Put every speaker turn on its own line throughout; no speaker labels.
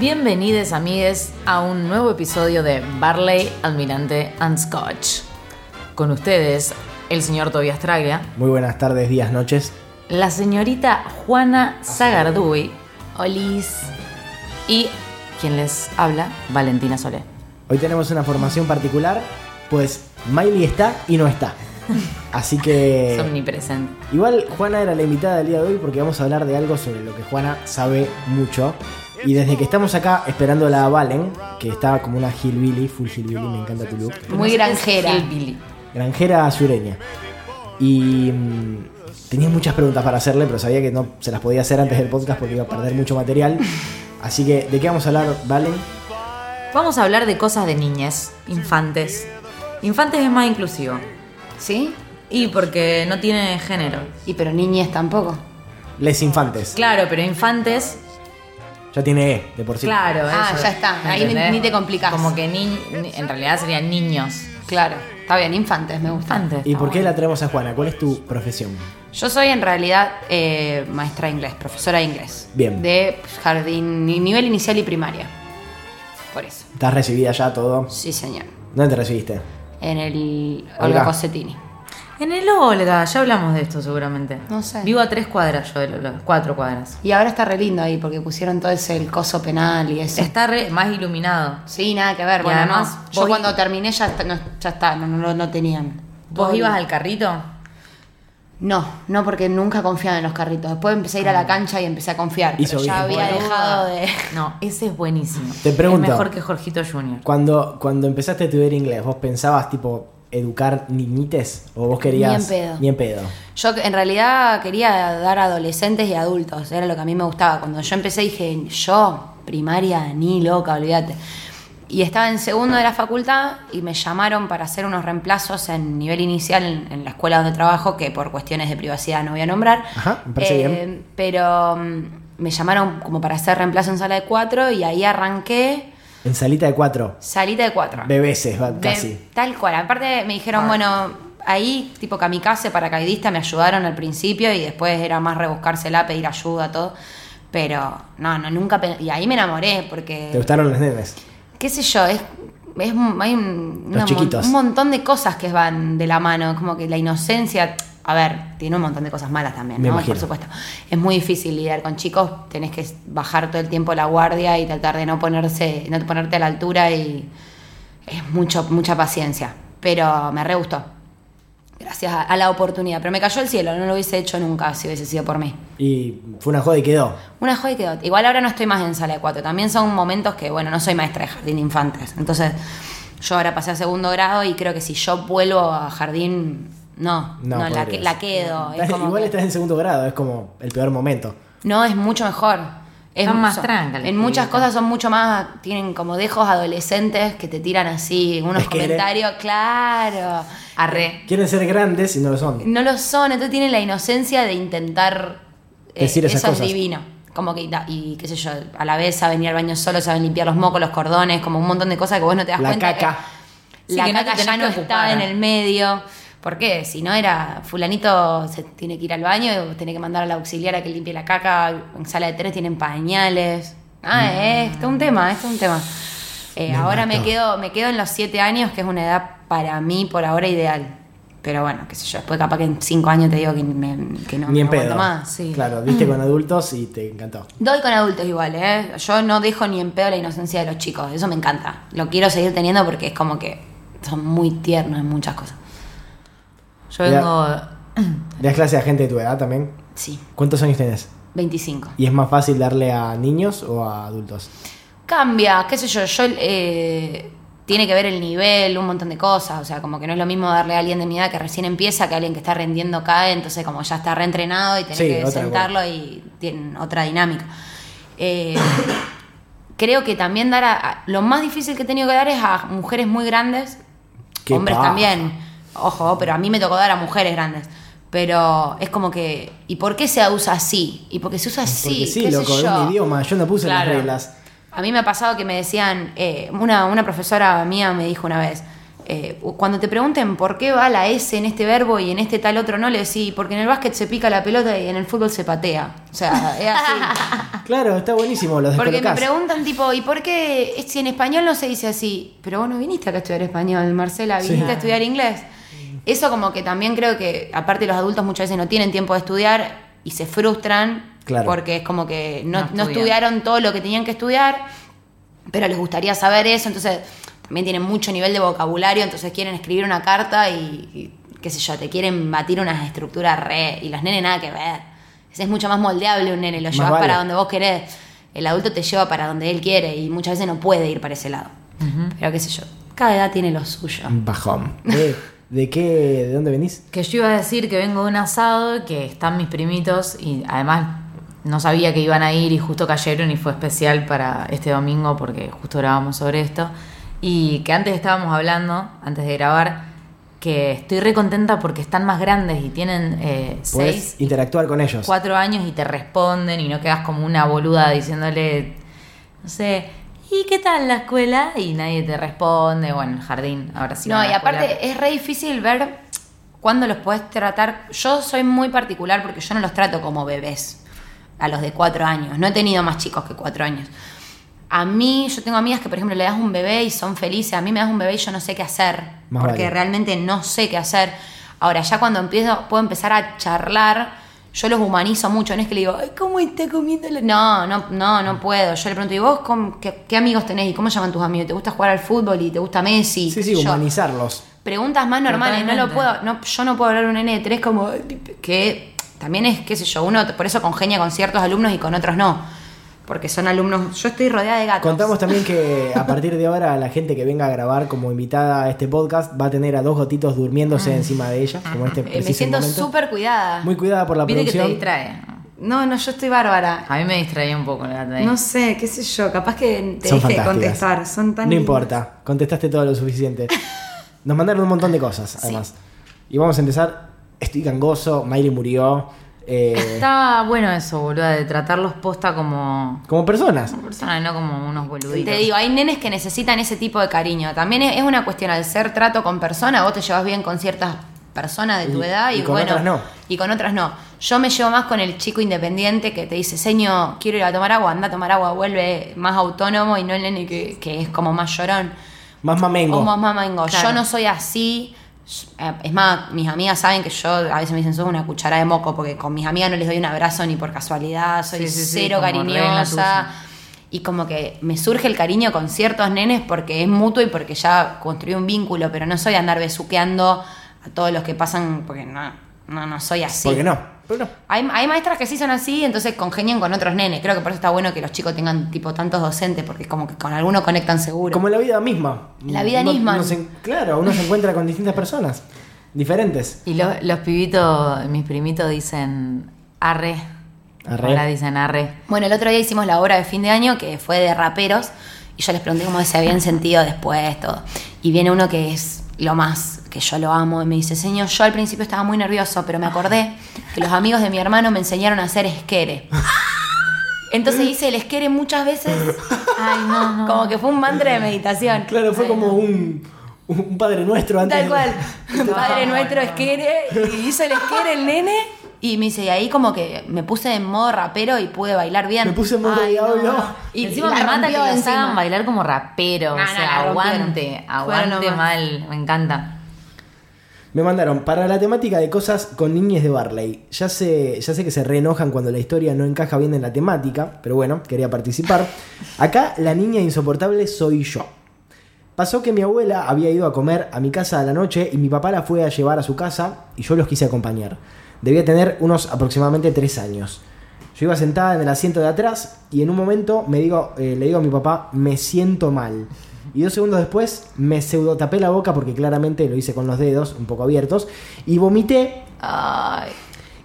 Bienvenidos, amigues, a un nuevo episodio de Barley, Almirante and Scotch. Con ustedes, el señor Tobias Traglia,
Muy buenas tardes, días, noches.
la señorita Juana Zagardui, Olis, y quien les habla, Valentina Solé.
Hoy tenemos una formación particular, pues Miley está y no está. Así
Es
que...
omnipresente.
Igual Juana era la invitada del día de hoy porque vamos a hablar de algo sobre lo que Juana sabe mucho. Y desde que estamos acá esperando a la Valen, que está como una hillbilly, full hillbilly, me encanta tu look.
Muy granjera.
Es hillbilly.
Granjera sureña. Y mm, tenía muchas preguntas para hacerle, pero sabía que no se las podía hacer antes del podcast porque iba a perder mucho material. Así que, ¿de qué vamos a hablar, Valen?
Vamos a hablar de cosas de niñas, infantes. Infantes es más inclusivo.
¿Sí?
Y porque no tiene género.
Y pero niñez tampoco.
Les infantes.
Claro, pero infantes
Ya tiene E, de por sí.
Claro,
Ah,
eso.
ya está. Ahí
¿Entendés?
ni te complicás.
Como que ni, ni- en realidad serían niños.
Claro. Está bien, infantes, me gustan.
Antes.
¿Y por qué la traemos a Juana? ¿Cuál es tu profesión?
Yo soy en realidad eh, maestra de inglés, profesora de inglés.
Bien.
De jardín, ni- nivel inicial y primaria. Por eso.
¿Estás recibida ya todo?
Sí, señor.
¿Dónde te recibiste?
En el
Olga.
Olga Cossetini.
En el Olga, ya hablamos de esto seguramente.
No sé.
Vivo a tres cuadras yo del Olga, cuatro cuadras.
Y ahora está re lindo ahí porque pusieron todo ese el coso penal y eso.
Está re- más iluminado.
Sí, nada que ver.
Y
Bueno,
además
no. Yo
voy-
cuando terminé ya, está- no, ya está, no, no, no tenían.
¿Vos
Voy-
ibas al carrito?
No, no porque nunca confiaba en los carritos. Después empecé a ir a la cancha y empecé a confiar.
Hizo
pero ya
bien.
había
Boluda.
dejado de.
No, ese es buenísimo.
Te pregunto.
Es mejor que Jorgito Junior.
Cuando, cuando empezaste a estudiar inglés, ¿vos pensabas, tipo, educar niñites? ¿O vos querías...?
Ni en pedo.
Ni en pedo.
Yo en realidad quería dar adolescentes y adultos, era lo que a mí me gustaba. Cuando yo empecé dije, yo, primaria, ni loca, olvídate. Y estaba en segundo de la facultad y me llamaron para hacer unos reemplazos en nivel inicial en, en la escuela donde trabajo, que por cuestiones de privacidad no voy a nombrar. Eh,
Ajá, me parece bien.
Pero mm, me llamaron como para hacer reemplazo en sala de cuatro y ahí arranqué
En salita de cuatro.
salita de cuatro.
Bebeses, va-
De-
casi. Ah.
Tal cual. Aparte me dijeron, bueno, ahí tipo kamikaze, paracaidista, me ayudaron al principio y después era más rebuscársela, pedir ayuda, todo. Pero no, no, nunca... pe- Y ahí me enamoré porque...
¿Te gustaron los nenes?
¿Qué sé yo? Es, es un- hay un,
Los
una mon-
chiquitos.
un montón de cosas que van de la mano. Como que la inocencia... A ver, tiene un montón de cosas malas también,
Me
¿no?
imagino.
Por supuesto. Es muy difícil lidiar con chicos. Tenés que bajar todo el tiempo la guardia y tratar de no ponerse, no ponerte a la altura y es mucho, mucha paciencia. Pero me re gustó. Gracias a, a la oportunidad. Pero me cayó el cielo, no lo hubiese hecho nunca si hubiese sido por mí.
Y fue una joda y quedó.
Una joya y quedó. Igual ahora no estoy más en sala de cuatro. También son momentos que, bueno, no soy maestra de jardín de infantes. Entonces, yo ahora pasé a segundo grado y creo que si yo vuelvo a jardín, no,
No,
no, la,
podrías.
que- la quedo. Es
Estás-
como
Igual
que-
estás en segundo grado, es como el peor momento.
no, es mucho mejor. Es
Son más
son-
tranca la
En muchas
actividad.
cosas son mucho más. Tienen como dejos adolescentes que te tiran así unos
Es que eres-
comentarios. Claro.
Arre.
Quieren ser grandes y no lo son.
No lo son, entonces tienen la inocencia de intentar eh,
Decir esas
eso
cosas.
es divino. Como que, da- y qué sé yo, a la vez saben ir al baño solo, saben limpiar los mocos, los cordones, como un montón de cosas que vos no te das
La
cuenta.
caca.
que-
Sí,
la
que no te
caca ya
tenés
no
que ocupar.
está en el medio. ¿Por qué? Si no era fulanito se tiene que ir al baño, tiene que mandar al auxiliar a que limpie la caca, en sala de tres tienen pañales. Ah,
Mm.
eh, esto es un tema, esto es un tema. Eh,
Me
ahora me
mató.
quedo, me quedo en los siete años, que es una edad para mí por ahora ideal. Pero bueno, qué sé yo, después capaz que en cinco años te digo que, me- que no
Ni en
no aguanto
pedo.
más. sí.
Claro, viste con adultos y te encantó.
Doy con adultos igual, ¿eh? Yo no dejo ni en pedo la inocencia de los chicos, eso me encanta. Lo quiero seguir teniendo porque es como que son muy tiernos en muchas cosas.
Yo vengo.
¿Le das clase a gente de tu edad también?
Sí,
¿Cuántos años tenés?
25.
¿Y es más fácil darle a niños o a adultos?
Cambia, qué sé yo, yo eh, tiene que ver el nivel, un montón de cosas, o sea, como que no es lo mismo darle a alguien de mi edad que recién empieza que a alguien que está rendiendo cae, entonces como ya está reentrenado y tenés
Sí,
que
otra
sentarlo y tienen otra dinámica. Eh, creo que también dar a, a- lo más difícil que he tenido que dar es a mujeres muy grandes,
Qué
hombres
paja.
también, ojo, pero a mí me tocó dar a mujeres grandes. Pero es como que, ¿y por qué se usa así? ¿Y por qué se usa así?
Porque sí,
¿Qué sé
loco, es
yo?
un idioma. Yo no puse
Claro.
las reglas.
A mí me ha pasado que me decían, eh, una, una profesora mía me dijo una vez, eh, cuando te pregunten por qué va la S en este verbo y en este tal otro no, le decís, porque en el básquet se pica la pelota y en el fútbol se patea. O sea, es así.
Claro, está buenísimo, los
Porque me
descolocás.
preguntan tipo, ¿y por qué si en español no se dice así? Pero vos no viniste acá a estudiar español, Marcela, viniste
Sí.
a estudiar inglés. Eso como que también creo que, aparte los adultos muchas veces no tienen tiempo de estudiar y se frustran
Claro.
porque es como que no,
No
no
estudian.
estudiaron todo lo que tenían que estudiar, pero les gustaría saber eso, entonces también tienen mucho nivel de vocabulario, entonces quieren escribir una carta y, y, qué sé yo, te quieren batir unas estructuras re y los nenes nada que ver. Ese Es mucho más moldeable un nene, lo
Más
llevas
vale.
para donde vos querés. El adulto te lleva para donde él quiere y muchas veces no puede ir para ese lado. Pero qué sé yo, cada edad tiene lo suyo.
Bajón. Eh, ¿De qué? ¿De dónde venís?
Que yo iba a decir que vengo de un asado, que están mis primitos y además no sabía que iban a ir y justo cayeron y fue especial para este domingo porque justo grabamos sobre esto. Y que antes estábamos hablando, antes de grabar, que estoy re contenta porque están más grandes y tienen eh,
Podés
seis,
interactuar con ellos.
cuatro años y te responden y no quedas como una boluda diciéndole, no sé, ¿y qué tal la escuela? Y nadie te responde. Bueno, el jardín, ahora sí.
no,
van a
y
la escuela.
aparte es re difícil ver cuándo los puedes tratar. Yo soy muy particular porque yo no los trato como bebés a los de cuatro años. No he tenido más chicos que cuatro años. A mí, yo tengo amigas que, por ejemplo, le das un bebé y son felices. A mí me das un bebé y yo no sé qué hacer.
Más
porque
vale.
realmente no sé qué hacer. Ahora, ya cuando empiezo, puedo empezar a charlar. Yo los humanizo mucho, no es que le digo, ay, ¿cómo está comiendo? la-?" No, no, no,
Mm.
no puedo. Yo le pregunto, ¿y vos cómo- qué, qué amigos tenés? ¿Y cómo llaman tus amigos? ¿Te gusta jugar al fútbol? ¿Y te gusta Messi?
Sí, sí,
Yo-
humanizarlos.
preguntas más normales, no lo
Totalmente.
puedo, no, yo no puedo hablar un nene de tres como que también es, qué sé yo, uno por eso congenia con ciertos alumnos y con otros no. Porque son alumnos, yo estoy rodeada de gatos.
Contamos también que a partir de ahora la gente que venga a grabar como invitada a este podcast va a tener a dos gotitos durmiéndose encima de ella, como en este
Mm. Eh,
preciso
me siento
momento.
súper cuidada.
Muy cuidada por la
Viste que te
producción.
distrae.
No, no, yo estoy bárbara.
A mí me distraía un poco la gata ahí.
No sé, qué sé yo, capaz que te
Son
dije
fantásticas.
contestar, son tan
No importa, contestaste todo lo suficiente. Nos mandaron un montón de cosas, además. Y vamos a empezar. Estoy gangoso, Miley murió. eh,
Estaba bueno eso, boluda, de tratarlos posta como
como personas.
personas, no como unos boluditos.
Te digo, hay nenes que necesitan ese tipo de cariño. También es es una cuestión al ser trato con personas, vos te llevas bien con ciertas personas de tu
Y-
edad y,
y con
bueno,
otras no.
Y con otras no. Yo me llevo más con el chico independiente que te dice, señor, quiero ir a tomar agua, anda a tomar agua, vuelve más autónomo y no el nene que, que es como más llorón.
Más mamengo.
O más mamango.
Claro.
Yo no soy así. Eh, Es más, mis amigas saben que yo a veces me dicen, sos una cuchara de moco, porque con mis amigas no les doy un abrazo ni por casualidad, soy
Sí, sí, sí,
cero
como re en la
cariñosa.
tuya.
Y como que me surge el cariño con ciertos nenes porque es mutuo y porque ya construí un vínculo, pero no soy de andar besuqueando a todos los que pasan, porque no, no, no soy así.
Porque no. Pero no.
Hay, hay maestras que sí son así, entonces congenian con otros nenes. Creo que por eso está bueno que los chicos tengan tipo tantos docentes, porque es como que con alguno conectan seguro.
Como la vida misma.
La vida
Uno-
misma.
uno se- claro, uno se encuentra con distintas personas. Diferentes.
Y lo- los pibitos, mis primitos dicen arre.
Arre.
Ahora dicen arre.
Bueno, el otro día hicimos la obra de fin de año que fue de raperos y yo les pregunté cómo se habían sentido después, todo. Y viene uno que es lo más, que yo lo amo, y me dice, señor, yo al principio estaba muy nervioso, pero me acordé que los amigos de mi hermano me enseñaron a hacer esquere. Entonces hice el esquere muchas veces,
Ay, no, no.
como que fue un mantra de meditación.
Claro, fue
Ay,
como un, un padre nuestro antes.
Tal cual.
de-
Padre nuestro esquere. Y hizo el esquere el nene. Y me dice, y ahí como que me puse en modo rapero y pude bailar bien.
Me puse en modo diablo.
Y
Y
encima
la
me mata que
rompió
los
encima.
hagan bailar como rapero. o
No, no, la
sea,
rompieron.
aguante,
Fueron
aguante
nomás.
mal. Me encanta.
Me mandaron para la temática de cosas con niñes de Barley. Ya sé, ya sé que se reenojan cuando la historia no encaja bien en la temática, pero bueno, quería participar. Acá la niña insoportable soy yo. Pasó que mi abuela había ido a comer a mi casa a la noche y mi papá la fue a llevar a su casa y yo los quise acompañar. Debía tener unos aproximadamente tres años. Yo iba sentada en el asiento de atrás y en un momento me digo, eh, le digo a mi papá, me siento mal. Y dos segundos después me pseudo tapé la boca porque claramente lo hice con los dedos un poco abiertos y vomité
Ay.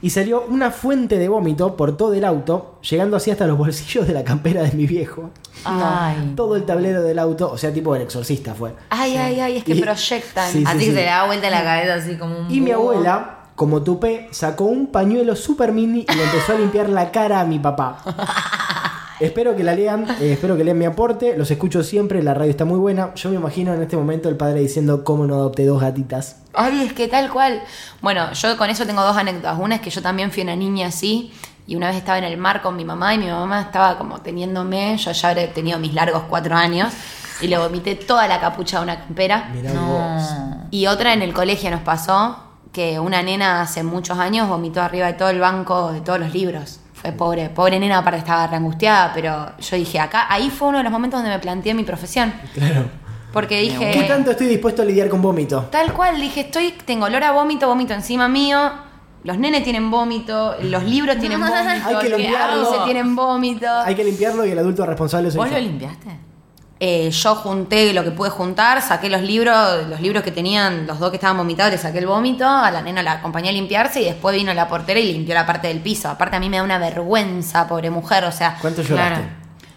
y salió una fuente de vómito por todo el auto, llegando así hasta los bolsillos de la campera de mi viejo.
Ay.
Todo el tablero del auto, o sea, tipo el exorcista fue.
Ay, ay, ay, es que
Y-
proyectan.
Sí,
Así que
sí, sí.
se le da vuelta la cabeza así como un.
Y
Mm.
mi
búho.
abuela, como tupé, sacó un pañuelo super mini y le empezó a limpiar la cara a mi papá. Espero que la lean, eh, espero que lean mi aporte, los escucho siempre, la radio está muy buena. Yo me imagino en este momento el padre diciendo cómo no adopté dos gatitas.
Ay, es que tal cual. Bueno, yo con eso tengo dos anécdotas. Una es que yo también fui una niña así. Y una vez estaba en el mar con mi mamá y mi mamá estaba como teniéndome. Yo ya habré tenido mis largos cuatro años. Y le vomité toda la capucha de una campera.
Mirá vos.
No.
Y otra en el colegio nos pasó que una nena hace muchos años vomitó arriba de todo el banco de todos los libros. Fue pobre, pobre nena, aparte estaba reangustiada, pero yo dije, acá, ahí fue uno de los momentos donde me planteé mi profesión.
Claro.
Porque dije.
¿Qué tanto estoy dispuesto a lidiar con vómito?
Tal cual, dije, estoy, tengo olor a vómito, vómito encima mío. Los nenes tienen vómito, los libros tienen vómito,
Hay que
el
limpiarlo.
dulce tienen vómito.
Hay que limpiarlo y el adulto responsable soy
¿Vos
yo.
lo limpiaste?
Eh, yo junté lo que pude juntar, saqué los libros, los libros que tenían los dos que estaban vomitados, le saqué el vómito, a la nena la acompañé a limpiarse y después vino la portera y limpió la parte del piso. Aparte a mí me da una vergüenza, pobre mujer, o sea...
¿Cuánto lloraste?
Claro.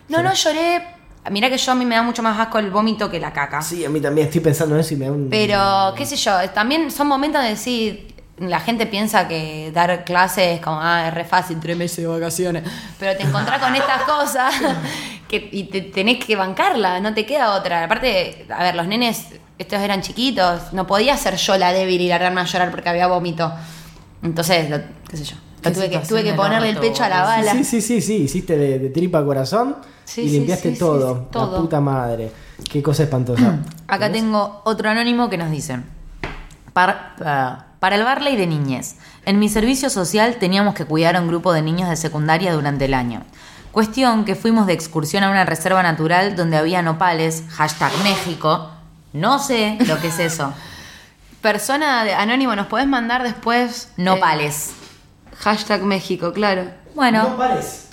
No, no lloré. Mirá que yo a mí me da mucho más asco el vómito que la caca.
Sí, a mí también estoy pensando en eso y me da un...
Pero, qué sé yo, también son momentos donde sí, la gente piensa que dar clases es como, ah, es re fácil, tres meses de vacaciones. Pero te encontrás con estas cosas que, y te tenés que bancarla, no te queda otra. Aparte, a ver, los nenes, estos eran chiquitos, no podía ser yo la débil y largarme a llorar porque había vómito. Entonces, lo- qué sé yo, lo
Qué
tuve, que,
situación
tuve que
del
ponerle el
orto,
pecho a la
boludo.
bala.
Sí, sí, sí, sí, hiciste de, de tripa a corazón
Sí,
y
sí,
limpiaste
sí, sí,
todo.
sí,
La
todo.
puta madre. Qué cosa espantosa.
Acá tengo otro anónimo que nos dice. Par- pa- para el Barley de niñez. En mi servicio social teníamos que cuidar a un grupo de niños de secundaria durante el año. Cuestión que fuimos de excursión a una reserva natural donde había nopales, hashtag México. No sé lo que es eso.
Persona de- anónimo, ¿nos podés mandar después?
Nopales.
eh, hashtag México, claro.
Bueno,
pares.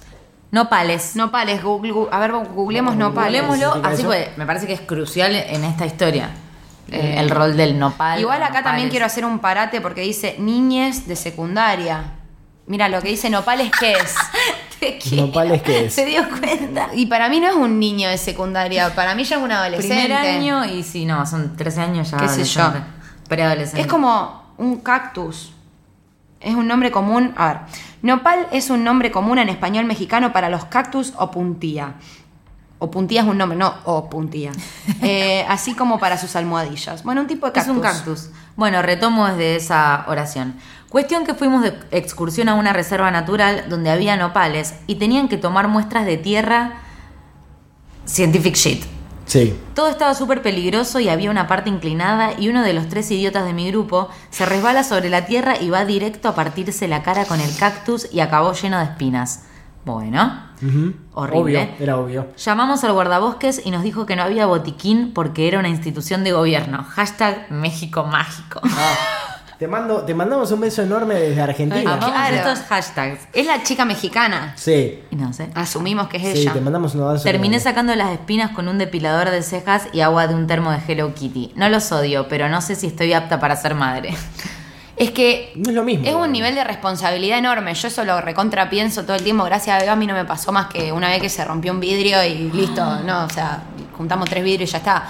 nopales.
Nopales, Google, gu- a ver, googleemos nopales.
Hablemoslo,
¿Significa
así
eso?
pues, me parece que es crucial en esta historia. eh, el rol del nopal.
Igual
o
acá también
nopales.
quiero hacer un parate porque dice niñes de secundaria. Mira, lo que dice nopales, ¿qué es? Te quiero.
¿Nopales qué es?
Se dio cuenta. Y para mí no es un niño de secundaria, para mí ya es un adolescente.
Primer año y si no, son 13 años ya.
Qué sé yo.
adolescente. Preadolescente.
Es como un cactus. Es un nombre común. A ver. Nopal es un nombre común en español mexicano para los cactus o puntía. O puntía es un nombre, no, o puntía. Eh, así como para sus almohadillas. Bueno, un tipo de
Es
cactus.
un cactus. Bueno, retomo desde esa oración. Cuestión que fuimos de excursión a una reserva natural donde había nopales y tenían que tomar muestras de tierra scientific shit.
Sí.
Todo estaba súper peligroso y había una parte inclinada y uno de los tres idiotas de mi grupo se resbala sobre la tierra y va directo a partirse la cara con el cactus y acabó lleno de espinas. Bueno,
Ujú.
horrible.
Obvio, era obvio.
Llamamos al guardabosques y nos dijo que no había botiquín porque era una institución de gobierno. Hashtag México Mágico.
Ah, Te, mando, te mandamos un beso enorme desde Argentina.
Amamos
Ah, claro.
estos hashtags.
Es la chica mexicana.
Sí,
Y No sé.
Asumimos que es
sí,
ella.
te mandamos un abrazo.
Terminé
enorme.
sacando las espinas con un depilador de cejas y agua de un termo de Hello Kitty. No los odio, pero no sé si estoy apta para ser madre.
Es que
No es lo mismo.
es un
igual.
nivel de responsabilidad enorme. Yo eso lo recontrapienso todo el tiempo. Gracias a Dios a mí no me pasó más que una vez que se rompió un vidrio y listo. No, o sea, juntamos tres vidrios y ya está.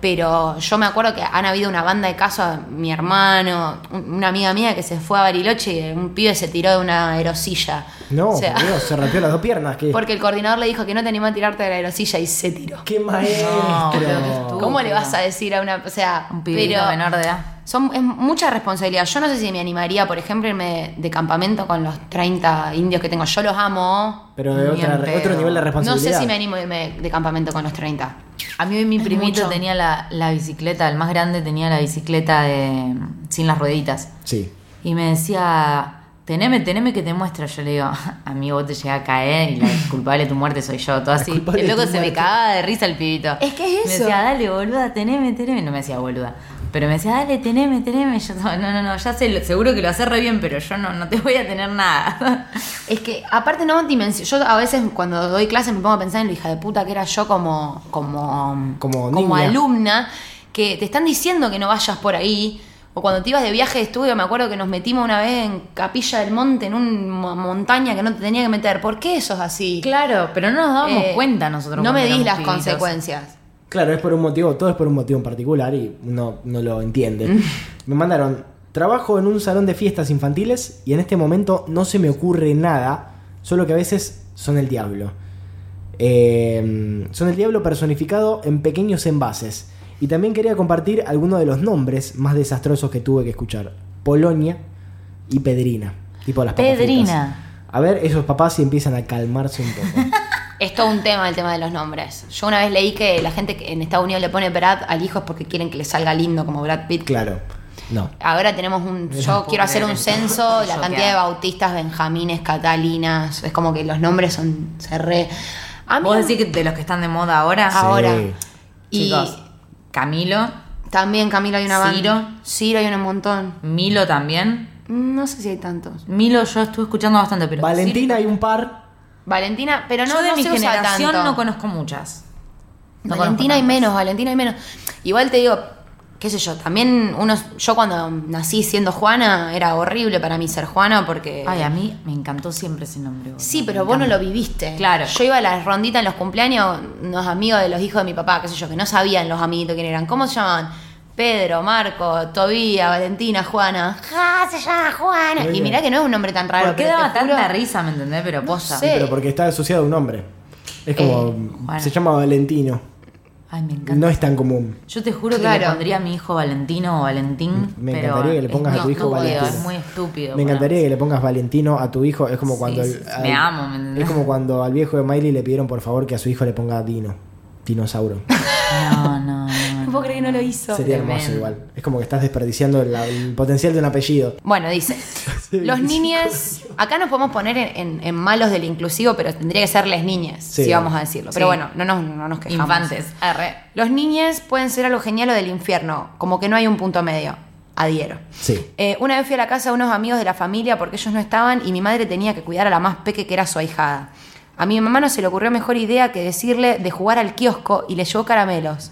Pero yo me acuerdo que han habido una banda de casos, mi hermano, un- una amiga mía que se fue a Bariloche y un pibe se tiró de una aerosilla.
No,
O sea,
Dios, se rompió las dos piernas. ¿Qué,
porque el coordinador le dijo que no te animó a tirarte de la aerosilla y se tiró.
¿Qué maestro?
boludo, qué estúpido.
¿Cómo le vas a decir a una, o sea,
Un pibito
pero-
menor de edad.
son, es mucha responsabilidad. Yo no sé si me animaría, por ejemplo, irme de campamento con los 30 indios que tengo. Yo los amo.
Pero de
Ni
otra-
en pedo.
otro nivel de
No
responsabilidad.
sé si me animo a irme de campamento con los 30.
A mí hoy mi
Es
primito
mucho.
tenía la, la bicicleta, el más grande tenía la bicicleta de, sin las rueditas.
Sí.
Y me decía, teneme, teneme que te muestro. Yo le digo, amigo, vos te llegás a caer y la culpable de tu muerte soy yo. Todo así.
culpable
El
de
loco
tu
se me
muerte.
cagaba de risa el pibito.
Es que es
Me
eso.
decía, dale, boluda, teneme, teneme. No me decía boluda. Pero me decía, dale, teneme, teneme. Yo, no, no, no, ya sé, lo- seguro que lo haces re bien, pero yo no, no te voy a tener nada.
Es que aparte no dimensi- Yo a veces cuando doy clases me pongo a pensar en lo hija de puta que era yo como como
Como niña.
alumna que te están diciendo que no vayas por ahí o cuando te ibas de viaje de estudio me acuerdo que nos metimos una vez en Capilla del Monte en una montaña que no te tenía que meter. ¿Por qué eso es así?
claro, pero no nos dábamos
Eh,
cuenta nosotros.
No
cuando
me dis
éramos
las
pibitos.
consecuencias.
Claro, es por un motivo, todo es por un motivo en particular y no, no lo entiende. me mandaron, trabajo en un salón de fiestas infantiles y en este momento no se me ocurre nada, solo que a veces son el diablo. Eh, son el diablo personificado en pequeños envases. Y también quería compartir algunos de los nombres más desastrosos que tuve que escuchar. Polonia y Pedrina. Tipo las papas
Pedrina.
fritas. A ver, esos papás si empiezan a calmarse un poco.
Es todo un tema el tema de los nombres. Yo una vez leí que la gente que en Estados Unidos le pone Brad al hijo es porque quieren que le salga lindo como Brad Pitt.
claro, no.
Ahora tenemos un. Yo quiero hacer un censo de la
Yo
cantidad
te
de
amo.
bautistas, benjamines, catalinas. Es como que los nombres son. Se re. A mí.
Vos decís que de los que están de moda ahora.
Ahora.
Sí.
Y
Chicos, Camilo,
también Camilo hay una banda.
Ciro.
Ciro hay un montón.
Milo también.
No sé si hay tantos.
Milo yo estuve escuchando bastante, pero...
Valentina
Sí,
hay un par.
Valentina, pero no,
yo de
no
mi
se usa
generación
tanto.
no conozco muchas. No
Valentina hay
conozco
menos, Valentina hay menos. Igual te digo, qué sé yo, también unos, yo cuando nací siendo Juana era horrible para mí ser Juana porque...
Ay, a mí me encantó siempre ese nombre. boludo.
Sí,
Me
pero vos no
encanta.
lo viviste.
Claro.
Yo iba a las ronditas en los cumpleaños, unos amigos de los hijos de mi papá, qué sé yo, que no sabían los amiguitos quién eran. ¿Cómo se llamaban? Pedro, Marco, Tobía, Valentina, Juana. ¡Ja! Ah, Se llama Juana.
Muy
Y
bien.
mirá que no es un nombre tan raro.
¿Por qué
pero te
daba
juro-
tanta risa, me entendés? Pero posta.
sé.
Pero porque está asociado a un hombre. Es como.
Juana.
Se llama Valentino.
Ay, Eh, me encanta.
No es tan común.
Yo te juro que
Claro.
le pondría a mi hijo Valentino o Valentín.
Me
pero
encantaría que le
es-
pongas a
no,
tu hijo
no puedo,
Valentino.
Es muy estúpido.
Me
bueno.
encantaría que le pongas Valentino a tu hijo. Es como cuando.
sí,
el-
sí, me amo, ¿me entendés?
Es como cuando al viejo de Miley le pidieron por favor que a su hijo le ponga Dino. Dinosauro.
No, no, no.
No puedo creer que no lo hizo.
Sería
tremendo.
hermoso igual. Es como que estás desperdiciando la- el potencial de un apellido.
Bueno, dice, los niñes, acá nos podemos poner en, en- en malos del inclusivo, pero tendría que ser les niñes,
Sí.
si vamos a decirlo. Pero
Sí.
bueno, no nos, no nos quejamos.
Infantes. Arre.
Los niñes pueden ser algo genial o del infierno, como que no hay un punto medio. Adhiero.
Sí.
Eh, una vez fui a la casa de unos amigos de la familia porque ellos no estaban y mi madre tenía que cuidar a la más peque que era su ahijada. A mi mamá no se le ocurrió mejor idea que decirle de jugar al kiosco y le llevó caramelos.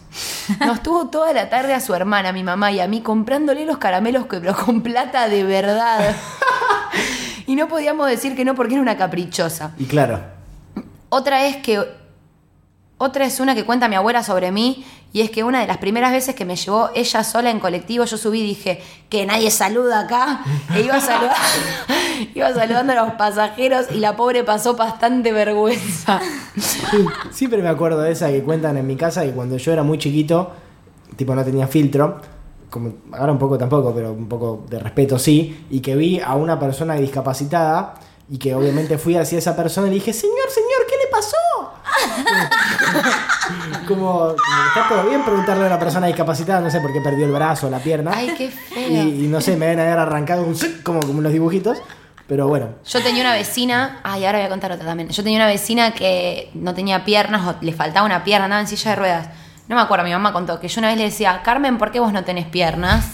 Nos tuvo toda la tarde a su hermana, mi mamá y a mí comprándole los caramelos que- pero con plata de verdad. Y no podíamos decir que no porque era una caprichosa.
Y claro.
Otra es que. Otra es una que cuenta mi abuela sobre mí, y es que una de las primeras veces que me llevó ella sola en colectivo, yo subí y dije, que nadie saluda acá, e iba, saludando, iba saludando a los pasajeros y la pobre pasó bastante vergüenza.
Sí, Siempre me acuerdo de esa que cuentan en mi casa que cuando yo era muy chiquito, tipo no tenía filtro, como ahora un poco tampoco, pero un poco de respeto sí, y que vi a una persona discapacitada y que obviamente fui hacia esa persona y le dije, señor, señor, ¿qué le pasó? como, como que está todo bien preguntarle a una persona discapacitada, no sé por qué perdió el brazo o la pierna.
Ay, qué feo.
y, y no sé, me deben haber arrancado un zip, como, como los dibujitos, pero bueno,
Yo tenía una vecina, ay, ahora voy a contar otra también. Yo tenía una vecina que no tenía piernas o le faltaba una pierna, andaba en silla de ruedas. No me acuerdo, mi mamá contó que yo una vez le decía, Carmen, ¿por qué vos no tenés piernas?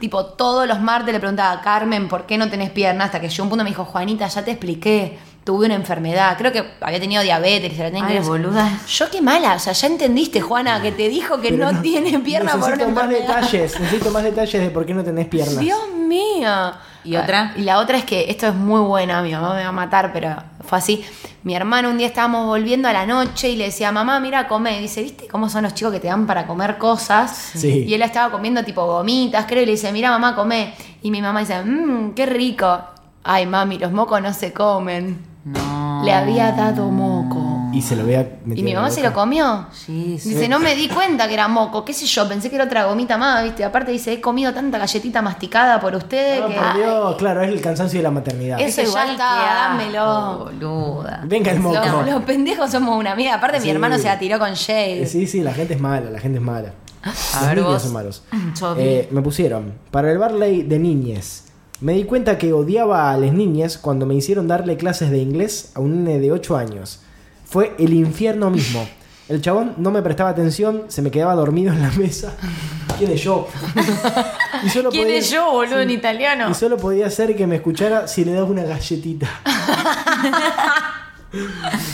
tipo, todos los martes le preguntaba, Carmen, ¿por qué no tenés piernas? Hasta que llegó un punto y me dijo, Juanita, ya te expliqué, tuve una enfermedad, creo que había tenido diabetes, se la tenía que
Ay,
ir a-
boluda.
Yo qué mala, o sea, ya entendiste, Juana, que te dijo que
Pero
no,
no-
tiene pierna por una
necesito más
enfermedad.
detalles, necesito más detalles de por qué no tenés piernas.
Dios mío. Ah.
¿Y otra?
Y la otra es que esto es muy buena, mi mamá me va a matar, pero fue así. Mi hermano un día estábamos volviendo a la noche y le decía, mamá, mira, come. Y dice, ¿viste cómo son los chicos que te dan para comer cosas?
Sí.
Y él estaba comiendo tipo gomitas, creo, y le dice, mira, "Mm, mamá, come. Y mi mamá dice, mmm, qué rico. Ay, mami, los mocos no se comen.
No.
Le había dado moco.
Y se lo había metido
¿Y mi
en la
mamá se lo
boca.
comió?
Jesus.
Dice, no me di cuenta que era moco, qué sé yo, pensé que era otra gomita más, ¿viste? Aparte dice, he comido tanta galletita masticada por ustedes que...
Ah, por Dios, claro, es el cansancio de la maternidad.
Es- Eso
que
igual
ya
está,
qué asco,
dámelo.
Boluda.
Venga el moco.
Los, los pendejos somos una mierda. Aparte,
Sí.
mi hermano se la tiró con Jade.
Eh, Sí, sí, la gente es mala, la gente es mala.
Ah. A
Los
ver,
niños
vos. Ah,
son malos.
Yo vi.
Eh, me pusieron, para el Barley de niñez. Me di cuenta que odiaba a las niñas cuando me hicieron darle clases de inglés a un nene de 8 años. Fue el infierno mismo. El chabón no me prestaba atención, se me quedaba dormido en la mesa. ¿Quién es yo? Y solo
¿Quién
podía-
es yo, boludo, en italiano?
Y solo podía hacer que me escuchara si le das una galletita.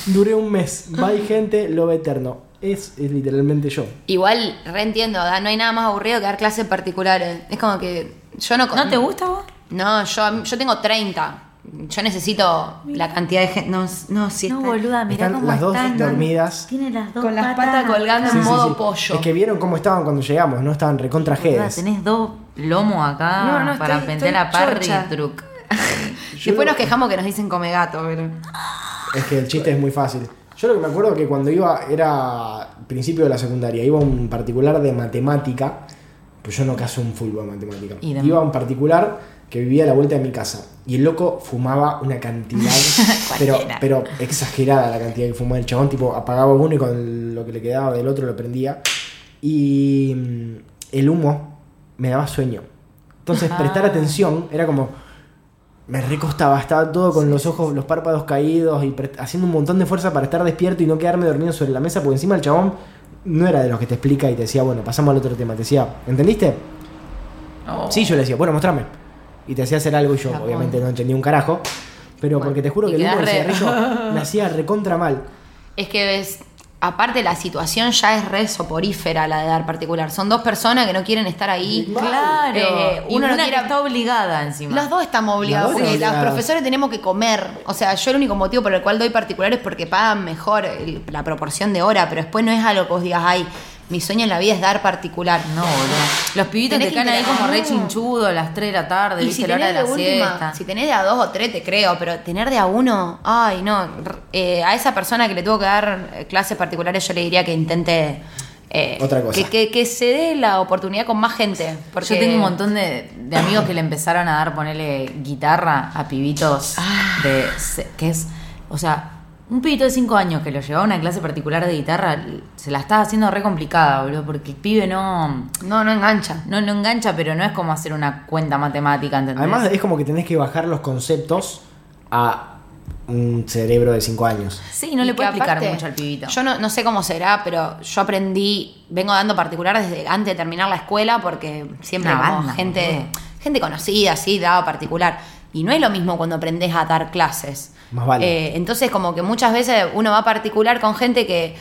Duré un mes. Bye, gente, lo eterno. Es, es literalmente yo.
Igual, reentiendo, ¿verdad? no hay nada más aburrido que dar clases particulares. Es como que yo no...
¿No te gusta vos?
No, yo, yo tengo 30. Yo necesito la cantidad de gente... No, no, sí.
No,
está-
boluda, mirá
Están
cómo
las dos
están.
dormidas.
Tiene las dos
Con las patas colgando en
Sí, sí,
modo
sí.
pollo.
Es que vieron cómo estaban cuando llegamos, ¿no? Estaban
Boluda,
recontrajedes.
Tenés dos lomos acá
No, no,
para
estoy-
pentear la
estoy
parry
chocha.
truc.
Después nos quejamos que nos dicen come gato, pero...
Es que el chiste es muy fácil. Yo lo que me acuerdo que cuando iba, era principio de la secundaria, iba a un particular de matemática, pues yo no caso un fútbol matemática.
Y de-
Iba a un particular que vivía a la vuelta de mi casa y el loco fumaba una cantidad, pero,
Cualquiera.
pero exagerada la cantidad que fumaba el chabón, tipo apagaba uno y con lo que le quedaba del otro lo prendía. Y mm, el humo me daba sueño. Entonces
Ah.
prestar atención era como, me recostaba, estaba todo con los ojos, los párpados caídos y pre- haciendo un montón de fuerza para estar despierto y no quedarme dormido sobre la mesa, porque encima el chabón no era de los que te explica y te decía, bueno, pasamos al otro tema. Te decía, ¿entendiste?
No.
Sí, yo le decía, bueno, mostrame. Y te hacía hacer algo y yo,
La
obviamente, no entendí un carajo. Pero porque te juro
y
que el humo del
quedás re-
cigarrillo me hacía recontra mal.
Es que ves, aparte la situación ya es re soporífera la de dar particular. Son dos personas que no quieren estar ahí.
Claro.
Eh,
y
uno
una
no
que
quiere.
está obligada encima.
Las dos estamos
Las
obligados,
dos
porque
obligadas.
los profesores tenemos que comer. O sea, yo el único motivo por el cual doy particular es porque pagan mejor el- la proporción de hora, pero después no es algo que vos digas, ay, mi sueño en la vida es dar particular.
No, boludo. Los pibitos
Tenés
que
que
caen ahí
integrar-
como re
No.
chinchudo a las 3 de la tarde,
Y
viste
si
la hora de
tenés, de
la
última,
siesta.
si tenés de a dos o tres te creo, pero tener de a uno, ay no, r- eh, a esa persona que le tuvo que dar eh, clases particulares yo le diría que intente... eh,
Otra cosa.
Que, que- que se dé la oportunidad con más gente. Porque
Yo tengo un montón de, de amigos que le empezaron a dar, ponerle guitarra a pibitos
Ah.
de. se- que es? O sea, un pibito de 5 años que lo llevaba a una clase particular de guitarra, se la estaba haciendo re complicada, boludo, porque el pibe no.
No, no engancha.
No, no engancha, pero no es como hacer una cuenta matemática, ¿entendés?
Además, es como que tenés que bajar los conceptos a un cerebro de 5 años.
sí, no
Y
le
que
puede explicar
aparte,
mucho al pibito.
Yo no, no sé cómo será, pero yo aprendí, vengo dando particular desde antes de terminar la escuela, porque siempre
Una
como
banda,
gente,
boludo.
gente conocida, sí, daba particular. Y no es lo mismo cuando aprendes a dar clases.
Más vale.
Eh, entonces, como que muchas veces uno va a particular con gente que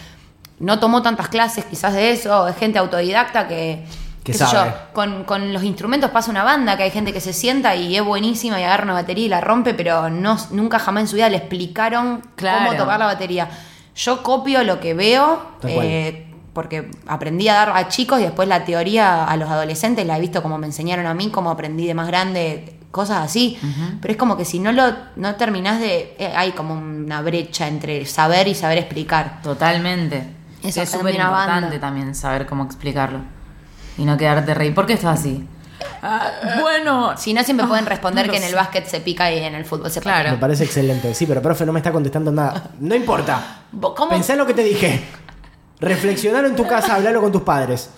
no tomó tantas clases, quizás de eso, es gente autodidacta que.
Que
qué sé
sabe.
con, con los instrumentos pasa una banda, que hay gente que se sienta y es buenísima y agarra una batería y la rompe, pero no, nunca jamás en su vida le explicaron
Claro.
cómo tocar la batería. Yo copio lo que veo,
Tal cual.
eh, porque aprendí a dar a chicos y después la teoría a los adolescentes la he visto como me enseñaron a mí, como aprendí de más grande, cosas así. Pero es como que si no lo no terminás de. eh, hay como una brecha entre saber y saber explicar.
Totalmente.
Eso
es súper
también una banda.
importante también saber cómo explicarlo. Y no quedarte reír. ¿Por qué estás así?
Ah,
bueno.
Si no, siempre pueden responder
Ah, no
que
lo
en el
sé.
básquet se pica y en el fútbol se
Claro.
Me parece excelente. Sí, pero profe, no me está contestando nada. No importa.
Bo- ¿cómo?
Pensá en lo que te dije. Reflexionar en tu casa, hablarlo con tus padres.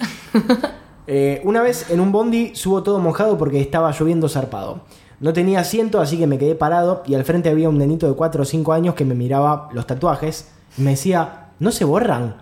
Eh, una vez en un bondi subo todo mojado porque estaba lloviendo zarpado. No tenía asiento, así que me quedé parado y al frente había un nenito de 4 o 5 años que me miraba los tatuajes y me decía, ¿no se borran?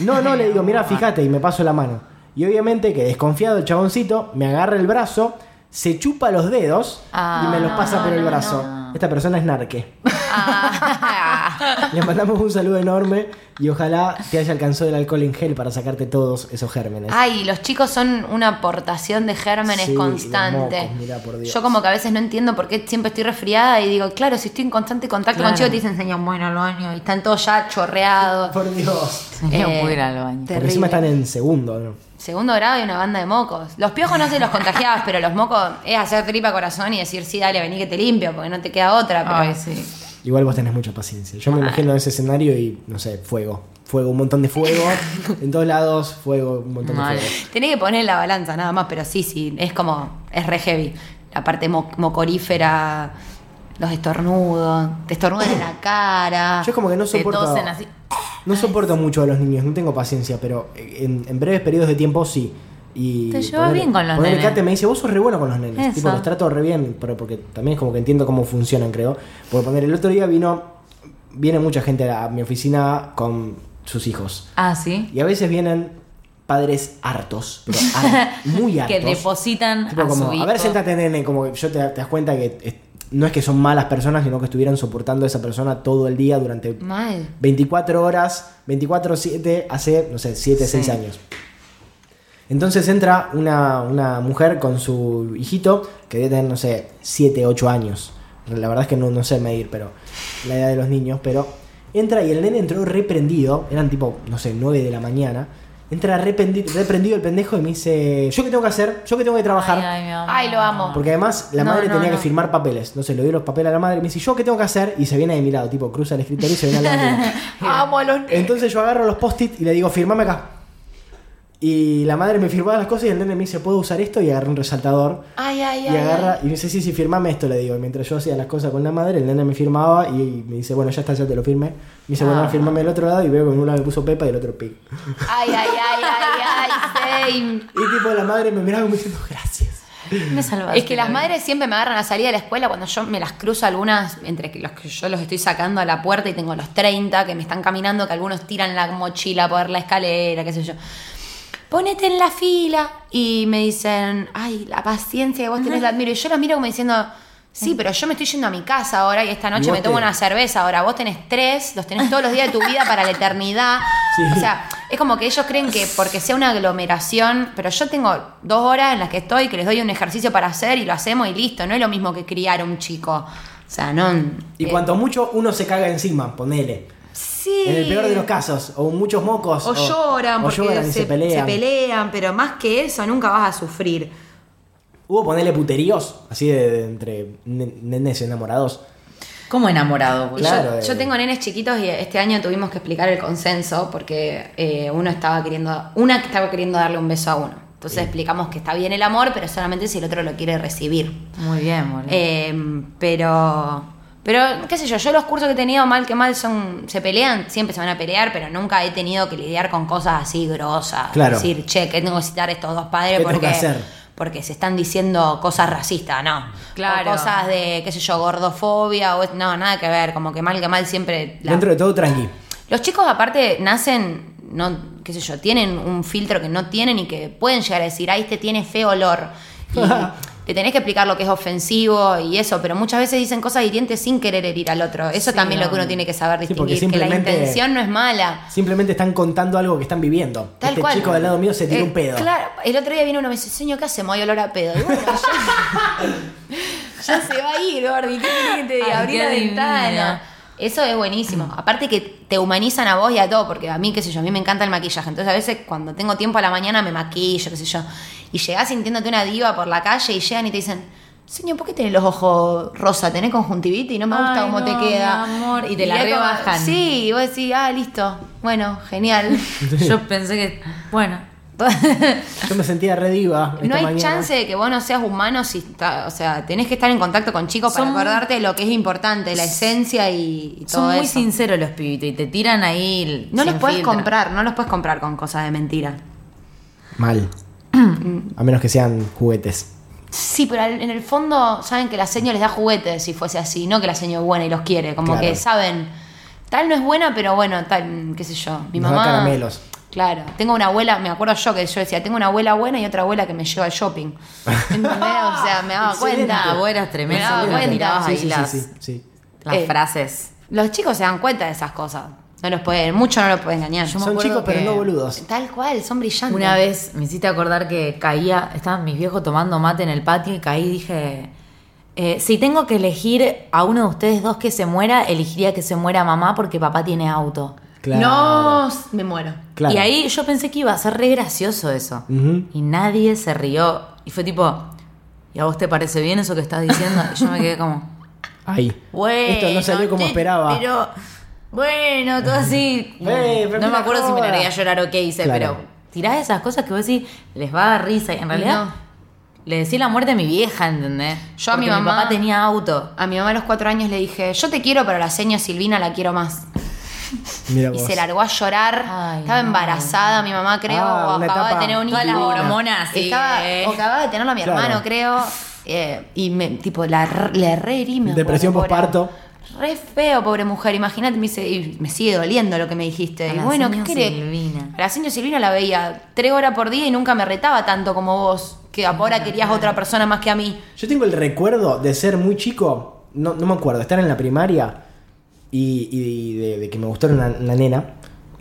No, no, le digo, mira, fíjate y me paso la mano. Y obviamente que desconfiado el chaboncito, me agarra el brazo, se chupa los dedos y me los pasa por el brazo. Esta persona es narque.
Ah.
Le mandamos un saludo enorme y ojalá te haya alcanzado el alcohol en gel para sacarte todos esos gérmenes.
Ah,
Ay, los chicos son una aportación de gérmenes
Sí, y los
constante.
mocos, mirá, por Dios.
Yo como que a veces no entiendo por qué siempre estoy resfriada y digo, claro, si estoy en constante contacto
Claro.
con chicos, te dicen, señor, bueno, al baño, y están todos ya chorreados.
Por Dios.
Señor,
Eh,
puedo ir al baño.
te-
Porque encima están en segundo, ¿no?
Segundo grado y una banda de mocos. Los piojos no se los contagiabas, pero los mocos es hacer tripa corazón y decir, sí, dale, vení que te limpio, porque no te queda otra. Pero
Ay, sí.
Igual vos tenés mucha paciencia. Yo me imagino ese escenario y, no sé, fuego. Fuego, un montón de fuego. en todos lados, fuego, un montón
Mal.
de fuego.
Tenés que poner la balanza nada más, pero sí, sí, es como, es re heavy. La parte mo- mocorífera, los estornudos, te estornudan en la cara.
Yo es como que no
Se
soporto.
tosen así.
No soporto mucho a los niños, no tengo paciencia, pero en, en breves periodos de tiempo sí. Y
Te llevas bien con los
ponele
nenes.
Kate me dice, vos sos re bueno con los nenes.
Eso.
Tipo, los trato re bien, pero porque también es como que entiendo cómo funcionan, creo. Por poner, el otro día vino, viene mucha gente a mi oficina con sus hijos.
Ah, sí.
Y a veces vienen padres hartos, pero har- muy hartos.
Que depositan
Tipo
a
como,
su hijo.
a ver, sentate, nene, como que yo te, te das cuenta que eh, no es que son malas personas, sino que estuvieran soportando a esa persona todo el día durante
Mal.
24 horas, 24-7, hace, no sé, 7,
Sí.
6 años. Entonces entra una, una mujer con su hijito que debe tener, no sé, 7, 8 años. La verdad es que no, no sé medir, pero la edad de los niños, pero entra y el nene entró reprendido, eran tipo, no sé, 9 de la mañana. Entra reprendi- reprendido el pendejo y me dice, ¿yo qué tengo que hacer? ¿Yo qué tengo que trabajar?
Ay, ay, mi amor.
Ay, lo amo.
Porque además la
No,
madre
no,
tenía que
no.
firmar papeles. Entonces le dio los papeles a la madre y me dice, ¿yo qué tengo que hacer? Y se viene de mi lado, tipo, cruza el escritorio y se viene al lado mío.
Amo a los
Entonces yo agarro los post-it y le digo, firmame acá. Y la madre me firmaba las cosas y el nene me dice, ¿puedo usar esto? Y agarré un resaltador.
Ay, ay,
Y
ay.
agarra, y me dice, sí, sí, firmame esto, le digo. Y mientras yo hacía las cosas con la madre, el nene me firmaba y me dice, bueno, ya está, ya te lo firmé. Me dice, bueno,
Ah.
firmame el otro lado y veo que en un lado me puso Pepa y el otro Pig.
Ay, ay, ay, ay, ay, same.
Y tipo la madre me miraba como diciendo, gracias.
Me salvaste.
Es que las madres siempre me agarran a salir de la escuela cuando yo me las cruzo algunas, entre que los que yo los estoy sacando a la puerta y tengo los 30 que me están caminando, que algunos tiran la mochila por la escalera, qué sé yo. Ponete en la fila y me dicen, ay, la paciencia que vos tenés la admiro. Y yo los miro como diciendo, sí, pero yo me estoy yendo a mi casa ahora y esta
Y
noche
vos
me tomo
te-
una cerveza. Ahora vos tenés tres, los tenés todos los días de tu vida para la eternidad.
Sí.
O sea, es como que ellos creen que porque sea una aglomeración, pero yo tengo dos horas en las que estoy, que les doy un ejercicio para hacer y lo hacemos y listo. No es lo mismo que criar a un chico. O sea, no.
Y
eh,
cuanto mucho uno se caga encima, ponele.
Sí.
En el peor de los casos, o muchos mocos.
O, lloran,
o
porque
lloran
se,
y se pelean.
pero más que eso, nunca vas a sufrir.
Hubo ponerle puteríos, así de, de entre ne- nenes enamorados.
Como enamorado,
Y
boludo.
yo-
Claro,
yo,
eh.
tengo nenes chiquitos y este año tuvimos que explicar el consenso porque eh, uno estaba queriendo, una que estaba queriendo darle un beso a uno. Entonces explicamos que está bien el amor, pero solamente si el otro lo quiere recibir.
Muy bien, boludo.
Eh, pero, pero qué sé yo, yo los cursos que he tenido mal que mal son, se pelean, siempre se van a pelear, pero nunca he tenido que lidiar con cosas así grosas.
Claro.
Decir, che, que tengo que citar a estos dos
¿Qué
padres
tengo que
porque,
hacer?
porque se están diciendo cosas racistas, no.
Claro.
O cosas de, qué sé yo, gordofobia, o, no, nada que ver, como que mal que mal siempre... la-
Dentro de todo, tranqui.
los chicos aparte nacen, no, qué sé yo, tienen un filtro que no tienen y que pueden llegar a decir, ay, este tiene feo olor. Y te tenés que explicar lo que es ofensivo y eso, pero muchas veces dicen cosas hirientes sin querer herir al otro. Eso
Sí,
también es lo que
no.
uno tiene que saber
Sí, porque
distinguir, que la
simplemente-
intención no es mala.
Simplemente están contando algo que están viviendo.
Tal
este
cual.
chico del lado mío se tira
Eh,
un pedo.
Claro, el otro día vino uno y me dice, señor, ¿qué hacemos? Hay olor a pedo. Y bueno, ya, ya se va a ir, Gordi. ¿Qué querés que te diga?
Ay,
Abrí
qué
la
divina.
ventana. Eso es buenísimo. Aparte que te humanizan a vos y a todo, porque a mí, qué sé yo, a mí me encanta el maquillaje. Entonces a veces cuando tengo tiempo a la mañana me maquillo, qué sé yo. Y llegás sintiéndote una diva por la calle y llegan y te dicen, señor, ¿por qué tenés los ojos rosa? ¿Tenés conjuntivitis? No me gusta
Ay,
cómo
no,
te queda.
mi amor. Y te la
es como,
rebajan.
Sí, y vos decís, ah, listo. Bueno, genial.
Yo pensé que. Bueno.
Yo me sentía re diva.
No
esta
hay
mañana.
chance de que vos no seas humano si está, o sea, tenés que estar en contacto con chicos para
Son-
acordarte de lo que es importante, la esencia y, y todo
Son muy
eso.
sinceros los pibitos y te tiran ahí. el-
No
sin
los puedes
filtro.
comprar, no los puedes comprar con cosas de mentira.
Mal. A menos que sean juguetes.
Sí, pero al- en el fondo saben que la seño les da juguetes si fuese así, no que la seño es buena y los quiere, como
Claro.
que saben, tal no es buena, pero bueno, tal, qué sé yo, mi
Nos da
mamá.
caramelos.
Claro, tengo una abuela, me acuerdo yo que yo decía, tengo una abuela buena y otra abuela que me lleva al shopping. ¿Entendés? O sea, me daba
Excelente.
cuenta.
Abuelas
Me
tremendas,
daba
que las
Excelente.
cuenta.
tirabas
Sí,
ahí
sí,
las,
sí, sí, sí.
las
Eh,
frases.
Los chicos se dan cuenta de esas cosas. No los puede, mucho no los puede engañar.
me
Son
acuerdo
chicos, pero
que-
no boludos.
Tal cual, son brillantes.
Una vez me hiciste acordar que caía, estaban mis viejos tomando mate en el patio y caí y dije, eh, si tengo que elegir a uno de ustedes dos que se muera, elegiría que se muera mamá porque papá tiene auto.
Claro.
No, me muero.
Claro.
Y ahí yo pensé que iba a ser re gracioso eso.
Ujú.
Y nadie se rió. Y fue tipo, ¿y a vos te parece bien eso que estás diciendo? Y yo me quedé como,
Ahí.
Bueno,
Esto no salió como
te-
esperaba.
Pero, bueno, todo así.
Eh, pero
no me
mira
acuerdo si
cómo
me
va.
largué a llorar o qué hice,
Claro.
pero tirás esas cosas que vos decís, les va a dar risa. Y en realidad,
no.
le decía la muerte a mi vieja, ¿entendés?
Yo a mi
Porque
mamá-
Mi papá tenía auto.
A mi mamá a los cuatro años le dije, yo te quiero, pero la seño Silvina la quiero más.
Mira
Y
vos.
se largó a llorar.
Ay,
estaba
no.
embarazada, mi mamá creo,
Ah,
o
una
acababa de
etapa
tener un hijo.
Todas las hormonas, sí,
Estaba-
eh.
o acababa de tenerlo a mi
Claro.
hermano, creo. eh, y me, tipo, la, r- le re herí, me
Depresión
acuerdo, pobre.
posparto.
Re feo, pobre mujer, imagínate, me dice, y me sigue doliendo lo que me dijiste.
A
Y
la
bueno, ¿qué
seño
querés?
Silvina.
A La seño Silvina la veía tres horas por día y nunca me retaba tanto como vos, que ahora querías otra persona más que a mí.
Yo tengo el recuerdo de ser muy chico, no, no me acuerdo, estar en la primaria y, y de, de que me gustara una, una nena,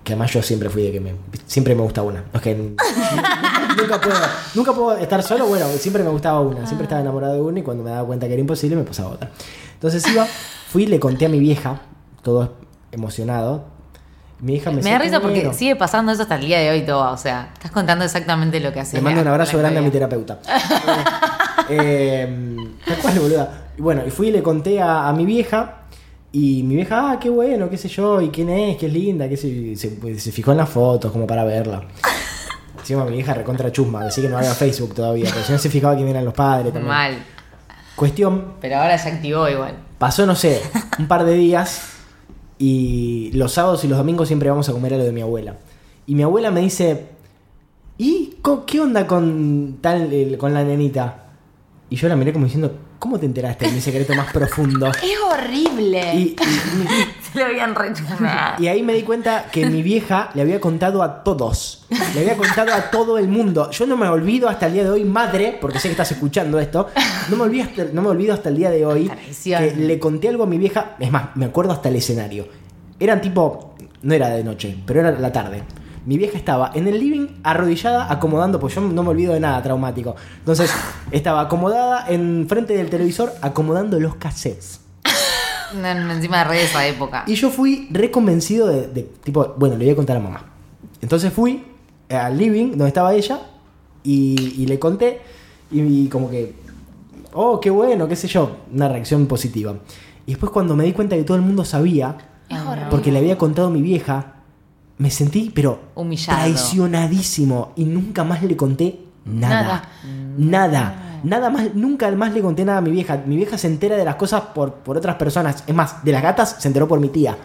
que además yo siempre fui de que me, siempre me gusta una. Es que n- nunca, puedo, nunca puedo estar solo, bueno, siempre me gustaba una, siempre estaba enamorado de una y cuando me daba cuenta que era imposible me pasaba otra. Entonces iba, fui y le conté a mi vieja, todo emocionado. Mi hija me
Me
decía,
da risa porque
"Bueno".
sigue pasando eso hasta el día de hoy todo. O sea, estás contando exactamente lo que haces.
Le mando un abrazo grande a mi
terapia.
terapeuta. Eh, eh, Tal cual, boluda. Y Bueno, y fui y le conté a, a mi vieja. Y mi vieja, ah, qué bueno, qué sé yo, y quién es, qué es linda, qué sé yo, y se, pues, se fijó en las fotos como para verla. Encima mi vieja recontra chusma, decía que no había Facebook todavía, pero si no se fijaba quién eran los padres también.
Mal.
Cuestión,
Pero ahora se activó igual.
pasó, no sé, un par de días y los sábados y los domingos siempre vamos a comer a lo de mi abuela. Y mi abuela me dice, ¿y co- qué onda con, tal, el- con la nenita? Y yo la miré como diciendo, ¿cómo te enteraste de mi secreto más profundo?
Es horrible.
Y, y-
Se lo habían rechazado.
y ahí me di cuenta que mi vieja le había contado a todos. Le había contado a todo el mundo. Yo no me olvido hasta el día de hoy, madre, porque sé que estás escuchando esto. No me olvido hasta, no me olvido hasta el día de hoy
Traición.
que le conté algo a mi vieja. Es más, me acuerdo hasta el escenario. Eran tipo. No era de noche, pero era la tarde. Mi vieja estaba en el living arrodillada, acomodando, pues yo no me olvido de nada traumático. Entonces, estaba acomodada en frente del televisor, acomodando los cassettes.
No, no, encima de re de esa época.
Y yo fui reconvencido de, de, tipo, bueno, le voy a contar a mamá. Entonces fui eh, al living donde estaba ella y, y le conté y, como que, oh, qué bueno, qué sé yo, una reacción positiva. Y después cuando me di cuenta que todo el mundo sabía,
es horrible.
porque le había contado a mi vieja, me sentí, pero
Humillado.
traicionadísimo y nunca más le conté nada. Nada. Nada. más, nunca más le conté nada a mi vieja. Mi vieja se entera de las cosas por, por otras personas. Es más, de las gatas se enteró por mi tía.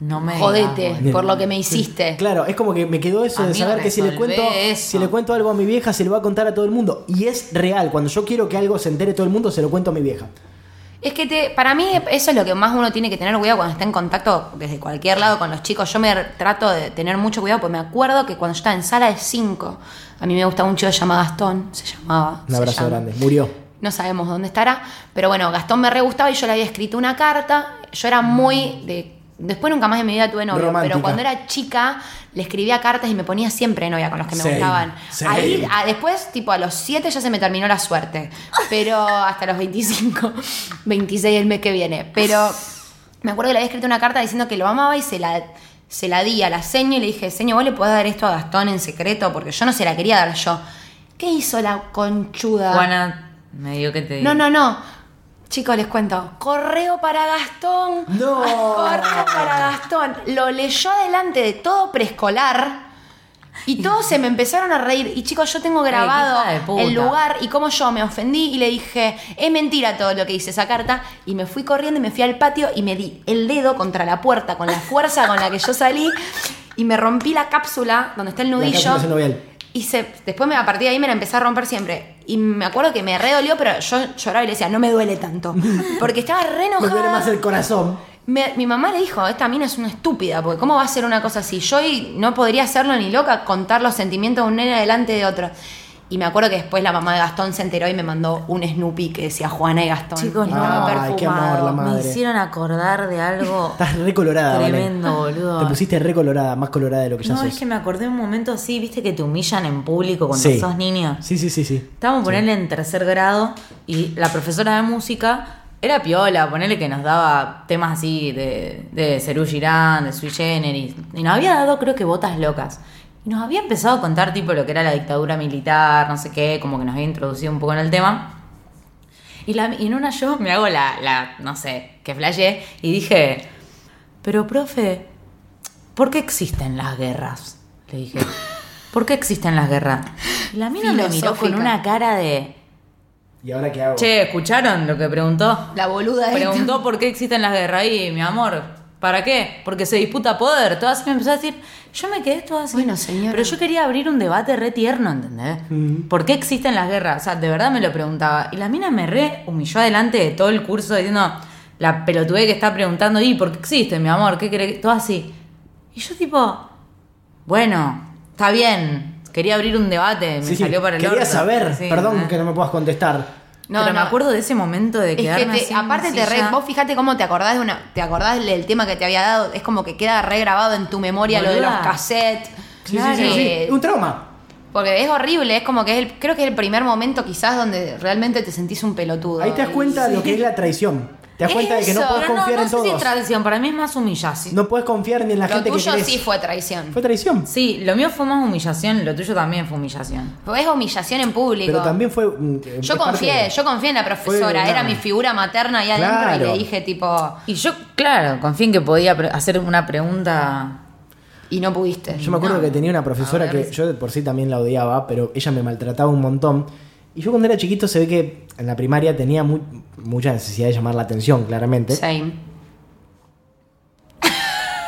No me
Jodete
digas,
Del-
por lo que me hiciste.
Claro, es como que me quedó eso de
Amigo,
saber que si le
resolvé
cuento
eso.
si le cuento algo a mi vieja se lo va a contar a todo el mundo y es real, cuando yo quiero que algo se entere todo el mundo se lo cuento a mi vieja.
Es que te, para mí eso es lo que más uno tiene que tener cuidado cuando está en contacto desde cualquier lado con los chicos. Yo me trato de tener mucho cuidado porque me acuerdo que cuando yo estaba en sala de 5, a mí me gustaba un chico llamado Gastón, se llamaba.
Un
se
abrazo
llama.
grande. Murió.
No sabemos dónde estará, pero bueno, Gastón me re gustaba y yo le había escrito una carta. Yo era muy de... Después nunca más en mi vida tuve novio,
Romántica.
pero cuando era chica le escribía cartas y me ponía siempre de novia con los que me
Same,
gustaban.
same.
Ahí, a- después, tipo, a los 7 ya se me terminó la suerte. Pero hasta los 25, 26 el mes que viene. Pero me acuerdo que le había escrito una carta diciendo que lo amaba y se la, se la di a la seño y le dije, seño, vos le podés dar esto a Gastón en secreto porque yo no se la quería dar yo. ¿Qué hizo la conchuda?
Juana me dio que te diga.
No, no, no. Chicos, les cuento. Correo para Gastón.
No.
Correo para Gastón. Lo leyó adelante de todo preescolar. Y todos se me empezaron a reír. Y chicos, yo tengo grabado
hija de puta.
el lugar y cómo yo me ofendí y le dije, es mentira todo lo que dice esa carta. Y me fui corriendo y me fui al patio y me di el dedo contra la puerta con la fuerza con la que yo salí y me rompí la cápsula donde está el
La
nudillo.
cápsula es un novel.
Y se, después me, a partir de ahí me la empecé a romper siempre. Y me acuerdo que me redolió, pero yo lloraba y le decía, no me duele tanto. Porque estaba re
Me duele más
enojada.
el corazón.
Me- mi mamá le dijo, esta mina es una estúpida, porque ¿cómo va a hacer una cosa así? Yo y no podría hacerlo ni loca, contar los sentimientos de un nene delante de otro. Y me acuerdo que después la mamá de Gastón se enteró y me mandó un Snoopy que decía Juana y Gastón.
Chicos,
Y
no.
estaba
Ay, qué amor la
perfumado.
Me
madre.
hicieron acordar de algo.
Estás recolorada,
Tremendo, boludo.
Te pusiste recolorada, más colorada de lo que ya
No,
sos.
es que me acordé de un momento así, viste que te humillan en público cuando
Sí.
sos niño.
Sí, sí, sí, sí.
Estábamos ponerle en tercer grado y la profesora de música era piola, ponerle que nos daba temas así de, de Serú Girán, de Sui Generis. Y nos había dado, creo que, botas locas. Y nos había empezado a contar, tipo, lo que era la dictadura militar, no sé qué, como que nos había introducido un poco en el tema. Y, la- y en una yo me hago la, la, no sé, que flasheé y dije, pero profe, ¿por qué existen las guerras? Le dije, ¿por qué existen las guerras? Y la mina me miró con
Filosófica.
una cara de,
¿Y ahora qué hago?
che, ¿escucharon lo que preguntó?
La boluda esta.
Preguntó por qué existen las guerras y mi amor, ¿para qué? Porque se disputa poder. Todas me empezó a decir, yo me quedé toda así.
Bueno, señora.
Pero yo quería abrir un debate re tierno, ¿entendés? ¿Por qué existen las guerras? O sea, de verdad me lo preguntaba. Y la mina me re humilló delante de todo el curso diciendo, la pelotude que está preguntando, ¿y por qué existe, mi amor? ¿Qué cree? que-?" Todo así. Y yo tipo, bueno, está bien. Quería abrir un debate, me
Sí, sí,
salió para el
Quería
orto.
saber,
Sí,
perdón
¿eh?
que no me puedas contestar.
No,
Pero me
no.
acuerdo de ese momento de
Es que
quedarme
te-
así en
aparte te
una
re,
silla.
vos fijate cómo te acordás de una, te acordás del tema que te había dado, es como que queda re grabado en tu memoria lo de los
Boluda.
cassettes.
Sí, sí, sí, sí,
Eh,
Un trauma.
Porque es horrible, es como que es el- creo que es el primer momento quizás donde realmente te sentís un pelotudo.
Ahí te das
Y-
cuenta de lo que es la traición. Te das cuenta de que no
Eso,
puedes
Pero no,
confiar
no
en
sé si
todos.
es tradición, para mí es más humillación.
No puedes confiar ni en la
Lo
gente que
tuyo
querés.
sí fue traición.
Fue traición.
Sí, lo mío fue más humillación, lo tuyo también fue humillación.
Es humillación en público.
Pero también fue. mm, eh,
yo
es parte
confié,
de-
yo confié en la profesora,
Fue-
era
no.
mi figura materna ahí adentro y
Claro.
le dije tipo,
Y yo, claro, confié en que podía pre- hacer una pregunta.
y no pudiste.
Yo me acuerdo
No.
que tenía una profesora
A ver.
que yo de por sí también la odiaba, pero ella me maltrataba un montón. Y yo cuando era chiquito se ve que en la primaria tenía mu- mucha necesidad de llamar la atención, claramente.
Same.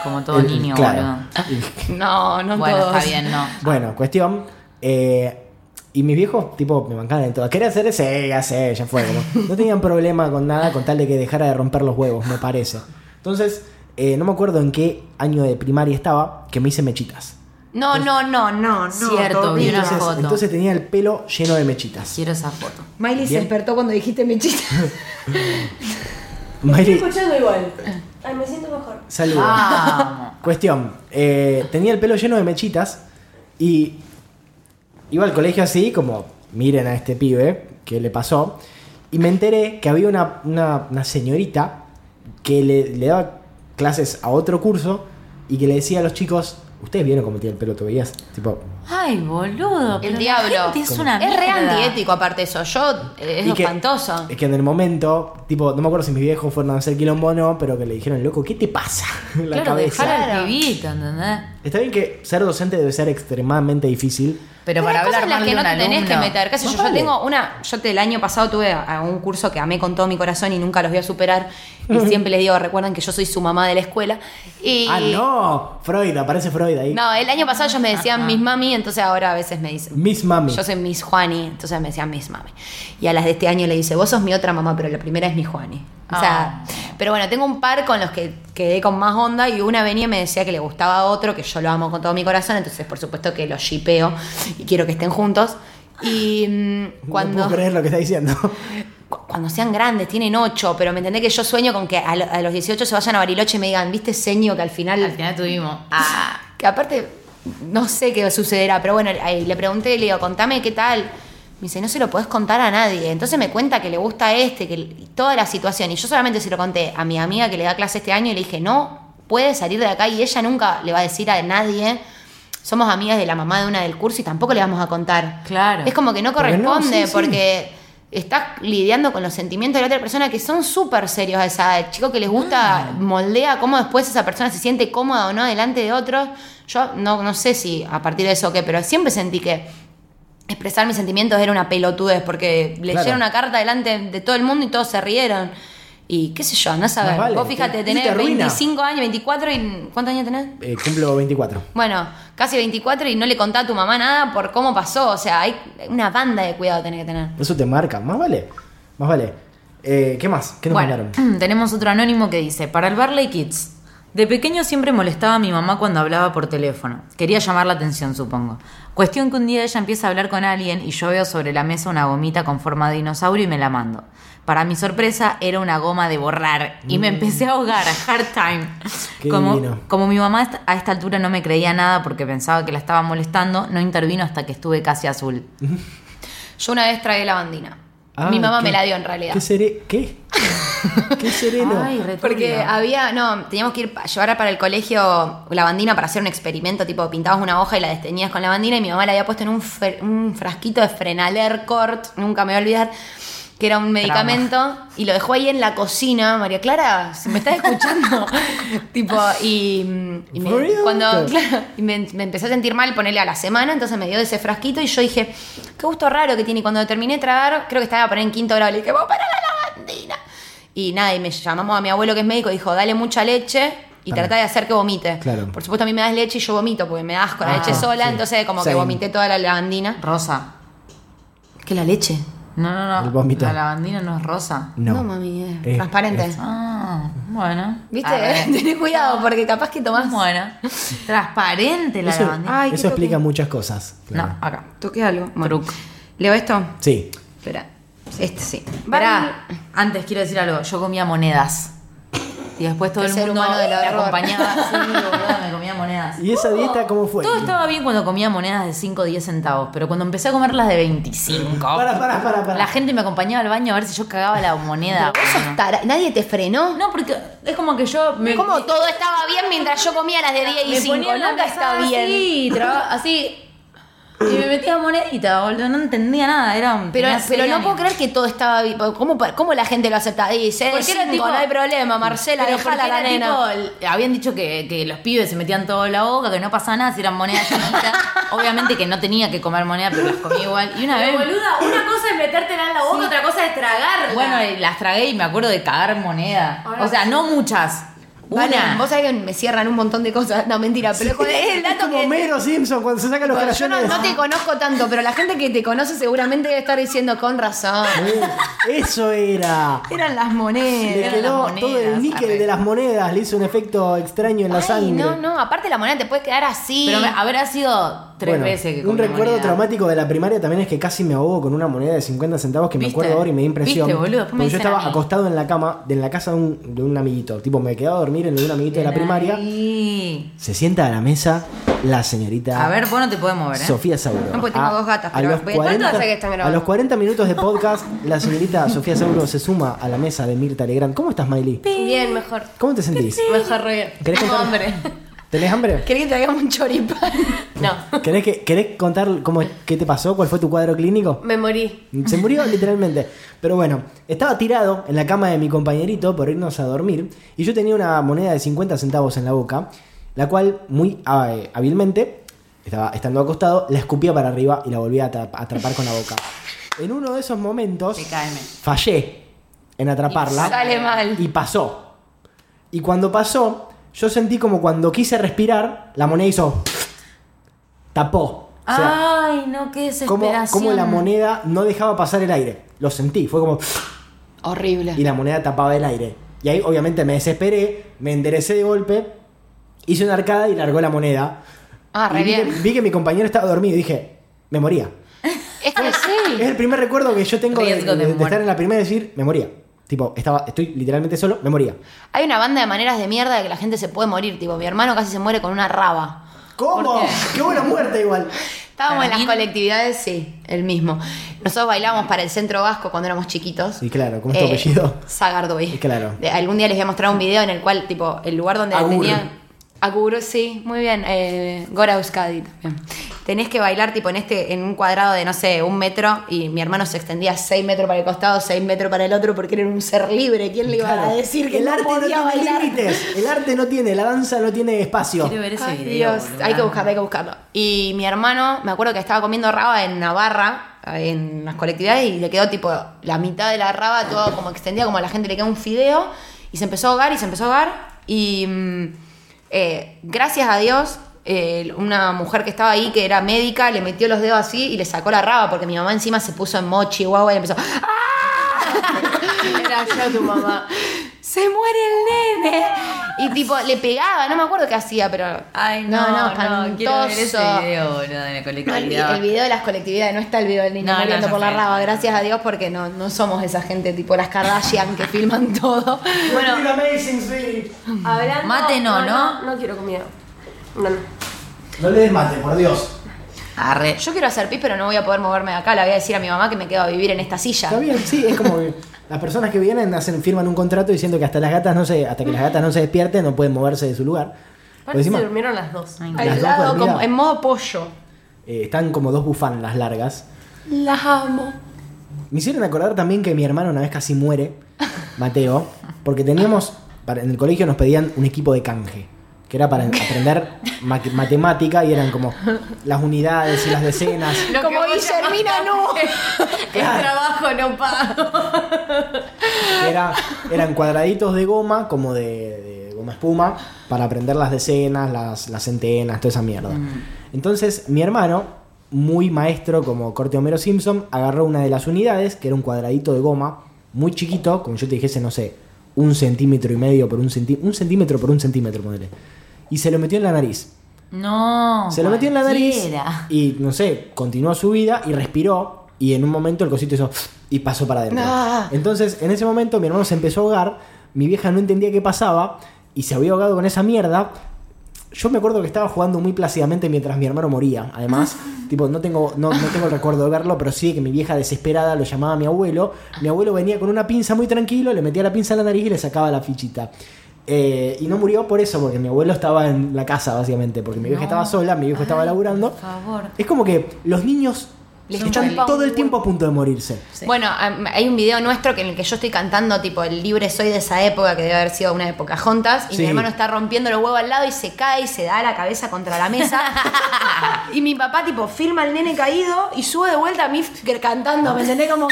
Como todo
Eh,
niño,
claro.
boludo.
No, no
Bueno,
todos.
está bien, no.
Bueno, cuestión. eh, y mis viejos, tipo, me bancaban en todo. Quería hacer ese, ya sé, ya fue. Como, no tenían problema con nada con tal de que dejara de romper los huevos, me parece. Entonces, eh, no me acuerdo en qué año de primaria estaba que me hice mechitas.
No, no, no, no, no.
Cierto, vi una
Entonces,
foto.
entonces tenía el pelo lleno de mechitas.
Quiero esa foto.
Miley se
Bien.
despertó cuando dijiste mechita.
Miley,
escuchando igual.
Ah.
Ay, me siento mejor.
saluda.
Ah.
Vamos.
Cuestión, eh, tenía el pelo lleno de mechitas y iba al colegio así, como miren a este pibe que le pasó, y me enteré que había una, una- una señorita que le, le daba clases a otro curso y que le decía a los chicos, ustedes vieron cómo tiene el pelo, ¿te veías? Tipo,
Ay, boludo. pero
El
la
diablo.
gente Es una
es re
mierda.
antiético aparte eso. Yo eh,
Y
es
que-
espantoso.
Es que en el momento, tipo, no me acuerdo si mis viejos fueron a hacer quilombo o no, pero que le dijeron, loco, ¿qué te pasa? en la
Claro,
cabeza.
dejar
Claro.
al pibito, ¿entendés?
Está bien que ser docente debe ser extremadamente difícil.
Pero para
hay
hablar
cosas en las
mal
que
de
no
un
te tenés que
alumno.
meter. qué sé
Más
yo, yo
vale.
tengo una. Yo te- el año pasado tuve a, a un curso que amé con todo mi corazón y nunca los voy a superar. Y siempre les digo, recuerden que yo soy su mamá de la escuela. Y,
Ah, no, Freud, aparece Freud ahí.
No, el año pasado ellos me
Ah,
decían mis mami, entonces ahora a veces me dicen.
Miss Mami.
Yo soy Miss Juani, entonces me decían Miss Mami. Y a las de este año le dice, vos sos mi otra mamá, pero la primera es mi Juani. O sea, pero bueno, tengo un par con los que quedé con más onda y una venía y me decía que le gustaba a otro, que yo lo amo con todo mi corazón, entonces por supuesto que lo shipeo y quiero que estén juntos. Y mm,
No
cuando,
puedo creer lo que está diciendo.
cu- cuando sean grandes, tienen ocho, pero me entendés que yo sueño con que a, lo- a los 18 se vayan a Bariloche y me digan, viste seño que al final...
Al final tuvimos.
Ah, que aparte, no sé qué sucederá, pero bueno, ahí le pregunté, le digo, contame qué tal. Me dice, no se lo podés contar a nadie. Entonces me cuenta que le gusta a este, que y toda la situación. Y yo solamente se lo conté a mi amiga que le da clase este año y le dije, no, puede salir de acá y ella nunca le va a decir a nadie. Somos amigas de la mamá de una del curso y tampoco le vamos a contar.
Claro.
Es como que no
Porque no,
corresponde
sí, sí.
porque estás lidiando con los sentimientos de la otra persona que son súper serios a esa edad. Chico que les gusta,
Ah.
moldea cómo después esa persona se siente cómoda o no delante de otros. Yo no, no sé si a partir de eso o qué, pero siempre sentí que expresar mis sentimientos era una pelotudez porque leyeron una carta delante de todo el mundo y todos se rieron. Y qué sé yo, no sabes.
Más vale,
Vos
te-
fíjate,
y te
tenés
arruina.
25 años, 24 y... ¿Cuántos años tenés?
Eh, cumplo 24.
Bueno, casi 24 y no le contá a tu mamá nada por cómo pasó. O sea, hay una banda de cuidado tenés que tener.
Eso te marca. Más vale. Más vale. Eh, ¿Qué más? ¿Qué nos
Bueno,
mandaron?
tenemos otro anónimo que dice, para el Barley Kids, de pequeño siempre molestaba a mi mamá cuando hablaba por teléfono. Quería llamar la atención, supongo. Cuestión que un día ella empieza a hablar con alguien y yo veo sobre la mesa una gomita con forma de dinosaurio y me la mando. Para mi sorpresa era una goma de borrar y me empecé a ahogar, hard time.
Mm. Qué divino.
como, como mi mamá est- a esta altura no me creía nada porque pensaba que la estaba molestando, no intervino hasta que estuve casi azul.
Yo una vez tragué lavandina.
Ah,
Mi mamá
qué-
me la dio en realidad.
¿Qué seré? ¿Qué? ¿Qué sereno?
Porque había, no, teníamos que ir pa- llevar para el colegio lavandina para hacer un experimento, tipo pintabas una hoja y la desteñías con lavandina y mi mamá la había puesto en un, fre- un frasquito de frenaler cort, nunca me voy a olvidar. que era un medicamento, y lo dejó ahí en la cocina, María Clara, si me estás escuchando. tipo, y, mm, y me,
¿For real? Claro.
cuando, claro, y me, me empecé a sentir mal, ponerle a la semana, entonces me dio de ese frasquito y yo dije, qué gusto raro que tiene. Y cuando lo terminé de tragar, creo que estaba poner en quinto grado, le dije, vamos para la lavandina. Y nada, y me llamamos a mi abuelo que es médico, dijo, dale mucha leche y
Para.
trata de hacer que vomite.
Claro.
Por supuesto, a mí me das leche y yo vomito, porque me das con la
Ah,
leche sola,
sí.
entonces como que
Same.
vomité toda la lavandina.
Rosa.
¿Qué la leche?
No, no,
El
no.
vómito.
La lavandina no es rosa.
No.
mami, es
Es-
transparente.
es-
Ah, bueno.
¿Viste?
A ver.
Tenés cuidado porque capaz que tomás.
Bueno. Transparente la
Eso,
lavandina.
Ay, qué
eso explica
toque.
muchas cosas. claro.
No, acá.
Toqué algo. Bueno.
Truc.
¿Leo esto?
Sí.
Espera. Este sí.
Esperá, antes quiero decir algo. Yo comía monedas. Y después todo
Qué
el
ser
mundo
humano de
me
error.
acompañaba. Sí, boluda, me comía monedas.
¿Y esa dieta cómo fue?
Todo estaba bien cuando comía monedas de 5 o 10 centavos, pero cuando empecé a comer las de 25,
Para, para, para, para.
la gente me acompañaba al baño a ver si yo cagaba la moneda.
Pero vos sos tara- ¿Nadie te frenó?
No, porque es como que yo me,
¿Cómo todo estaba bien mientras yo comía las de 10 y
me
5?
ponía en la
Nunca
mesa
está bien.
Así, traba- así. Y me metía monedita, boludo, no entendía nada, era un-
Pero,
tenía
pero
seis
no
años.
puedo creer que todo estaba bien. ¿Cómo, cómo la gente lo acepta? Dice,
Porque era
cinco,
tipo-
no hay problema, Marcela,
Pero
dejala a
porque
la
era
nena.
tipo, el- habían dicho que, que los pibes se metían todo en la boca, que no pasaba nada, si eran monedas chiquitas. Obviamente que no tenía que comer monedas, pero las comí igual.
Ah,
Y una vez.
Boluda, una cosa es metértela en la boca, otra cosa es tragarla.
Bueno, y eh, las tragué y me acuerdo de cagar moneda.
Ahora
o sea, no muchas. Una.
Vale, vos sabés que me cierran un montón de cosas. No, mentira, pero es- es el
Es
dato
como
que.
Mero Simpson cuando se saca los
Yo no,
carayones.
no te conozco tanto, pero la gente que te conoce seguramente debe estar diciendo con razón.
Eh, Eso era.
Eran las monedas.
Le
Eran Eh, las
quedó
monedas,
todo el níquel
arre.
de las monedas, le hizo un efecto extraño en la
Ay,
sangre.
no, no, aparte la moneda te puede quedar así.
Pero me- habrá sido tres
Bueno,
veces que
un
comí
recuerdo
moneda.
traumático de la primaria también es que casi me ahogo con una moneda de 50 centavos que me
¿Viste?
acuerdo ahora y me da impresión.
¿Viste, boludo? Después me
porque yo
dicen a
estaba
mí.
acostado en la cama, de- en la casa de un, de un amiguito. Tipo, me quedaba a dormir en lo de un amiguito de la primaria.
Ay.
Se sienta a la mesa la señorita
A ver, vos no te podés mover, ¿eh?
Sofía Sauro.
No, porque tengo
A-
dos gatas,
a
pero
los
voy a- ¿cuánto
40
hace que están grabando?
A los 40 minutos de podcast, la señorita Sofía Sauro se suma a la mesa de Mirta Legrand. ¿Cómo estás, Miley?
Bien, mejor.
¿Cómo te sentís?
Mejor re bien.
¿Querés contar? ¿Tenés hambre?
¿Querés que traigamos un choripán? No.
¿Querés, que, ¿Querés contar cómo, qué te pasó? ¿Cuál fue tu cuadro clínico?
Me morí.
Se murió literalmente. Pero bueno, estaba tirado en la cama de mi compañerito por irnos a dormir y yo tenía una moneda de 50 centavos en la boca, la cual muy ah, eh, hábilmente, estaba estando acostado, la escupía para arriba y la volvía a atrap- a atrapar con la boca. En uno de esos momentos
PKM.
fallé en atraparla
Sale mal.
y pasó. Y cuando pasó, yo sentí como cuando quise respirar, la moneda hizo... tapó. O sea,
Ah,
Ay, no, qué
como,
desesperación.
como la moneda no dejaba pasar el aire. Lo sentí, fue como...
Horrible.
Y la moneda tapaba el aire. Y ahí obviamente me desesperé, me enderecé de golpe, hice una arcada y largó la moneda.
Ah, re
Y vi, que,
bien.
vi que mi compañero estaba dormido y dije, me moría.
Es que
Es
sí.
el primer recuerdo que yo tengo de,
Riesgo de
de- de
muerte.
estar en la primera y decir, me moría. Tipo, estaba, estoy literalmente solo, me moría.
Hay una banda de maneras de mierda de que la gente se puede morir. Tipo, mi hermano casi se muere con una raba.
¿Cómo? ¡Qué buena muerte igual!
Estábamos en las
Para mí-
colectividades, sí, el mismo. Nosotros bailábamos para el centro vasco cuando éramos chiquitos.
Sí, claro, ¿cómo es tu apellido?
Sagardoy.
Eh, claro.
De- algún día les voy a mostrar un video en el cual, tipo, el lugar donde
Aguro.
tenía. Aguro, sí, muy bien. Eh, Gora Euskadi también. Tenés que bailar, tipo, en este en un cuadrado de, no sé, un metro. Y mi hermano se extendía 6 metros para el costado, 6 metros para el otro, porque era un ser libre. ¿Quién le iba
Claro.
a decir que
el
no
arte no
podía
tiene
bailar?
límites. El arte no tiene, la danza no tiene espacio.
Quiero ver ese
Ay,
video,
Dios,
boluda.
hay que buscarlo, hay que buscarlo. Y mi hermano, me acuerdo que estaba comiendo raba en Navarra, en las colectividades, y le quedó tipo la mitad de la raba, todo como extendida, como a la gente le queda un fideo, y se empezó a ahogar y se empezó a ahogar. Y mm, eh, gracias a Dios, eh, una mujer que estaba ahí, que era médica, le metió los dedos así y le sacó la raba, porque mi mamá encima se puso en mochi, guau, y empezó. ¡ah!
Era yo tu mamá.
¡Se muere el nene! Y tipo, le pegaba, no me acuerdo qué hacía, pero.
Ay, no, no, no, quiero ver ese
espantoso.
video, boludo, de la
No, el, vi-
colectividad.
el video de las colectividades, no está el video del niño
No, no,
muriendo
ya
por la
sé.
raba, gracias a Dios, porque no, no somos esa gente tipo las Kardashian que filman todo.
Bueno,
Amazing, sí.
hablando.
Mate no,
no,
¿no?
no quiero comida. No, no.
No le des mate, por Dios.
Arre.
Yo quiero hacer pis, pero no voy a poder moverme de acá. Le voy a decir a mi mamá que me quedo a vivir en esta silla.
Está bien, sí, es como que las personas que vienen hacen, firman un contrato diciendo que hasta las gatas no se, hasta que las gatas no se despierten no pueden moverse de su lugar. Pero
Parece que
encima
se durmieron las dos.
Las dos
Aislado,
dormidas.
como, en modo pollo.
eh, están como dos bufandas largas.
Las amo.
Me hicieron acordar también que mi hermano una vez casi muere, Mateo, porque teníamos, para- en el colegio nos pedían un equipo de canje, que era para aprender ma- matemática y eran como las unidades y las decenas.
Lo que
Como
vos
Guillermina,
llamaste
Claro.
El trabajo no pago.
Era, eran cuadraditos de goma, como de, de goma espuma, para aprender las decenas, las, las centenas, toda esa mierda. Entonces, mi hermano, muy maestro como corte Homero Simpson, agarró una de las unidades, que era un cuadradito de goma, muy chiquito, como yo te dijese, no sé, un centímetro y medio por un centímetro, un centímetro por un centímetro, ponele. Y se lo metió en la nariz.
No.
Se lo metió en la nariz
cualquiera.
y, no sé, continuó su vida y respiró. Y en un momento el cosito hizo y pasó para adentro.
Ah.
Entonces, en ese momento, mi hermano se empezó a ahogar. Mi vieja no entendía qué pasaba y se había ahogado con esa mierda. Yo me acuerdo que estaba jugando muy plácidamente mientras mi hermano moría, además. tipo, no tengo, no, no tengo el recuerdo de verlo, pero sí de que mi vieja desesperada lo llamaba a mi abuelo. Mi abuelo venía con una pinza muy tranquilo, le metía la pinza en la nariz y le sacaba la fichita. Eh, y no murió por eso, porque mi abuelo estaba en la casa, básicamente, porque mi vieja
No.
estaba sola, mi viejo estaba
Ay,
laburando.
Por favor.
Es como que los niños
Les
están
chupa un
todo el
huevo.
tiempo a punto de morirse.
Sí.
Bueno, am- hay un video nuestro que en el que yo estoy cantando tipo el libre soy de esa época que debe haber sido una época juntas y
Sí.
mi hermano está rompiendo los huevos al lado y se cae y se da la cabeza contra la mesa y mi papá tipo filma al nene caído y sube de vuelta a mí f- cantando, ¿me entendés? Como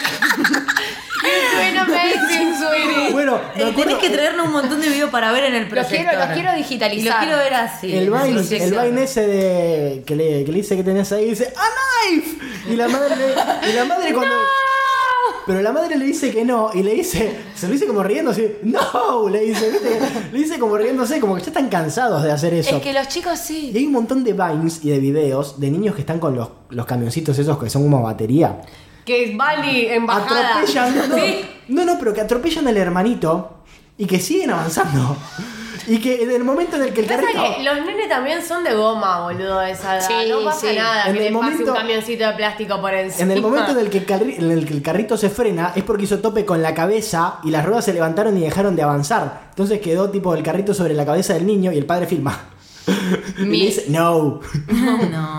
Bueno, me
Eh,
acuerdo-
tenés que traernos un montón de videos para ver en el
los
proyector.
quiero, los quiero
Y los
digitalizar.
quiero ver así.
el
en
vain,
su
el
sección.
vain ese de que le, que le dice que tenías ahí dice ¡A knife! Y la madre, y la madre cuando. Pero la madre le dice que no y le dice, se lo dice como riendo así, no, le dice, ¿viste? le dice como riéndose, como que ya están cansados de hacer eso.
Es que los chicos sí.
Y hay un montón de vines y de videos de niños que están con los, los camioncitos esos que son como batería.
Que Bali en bajada.
Atropellan. No,
Sí.
no, no, pero que atropellan al hermanito y que siguen avanzando. Y que en el momento en el que el
Pasa
carrito.
que los nenes también son de goma, boludo, de esa edad.
Sí,
no pasa
sí.
nada
En
que
el
les pase
momento-
un camioncito de plástico por encima.
En el momento en el, que el carri- en el que el carrito se frena es porque hizo tope con la cabeza y las ruedas se levantaron y dejaron de avanzar. Entonces quedó tipo el carrito sobre la cabeza del niño y el padre filma. Y le
Mi-
dice, no.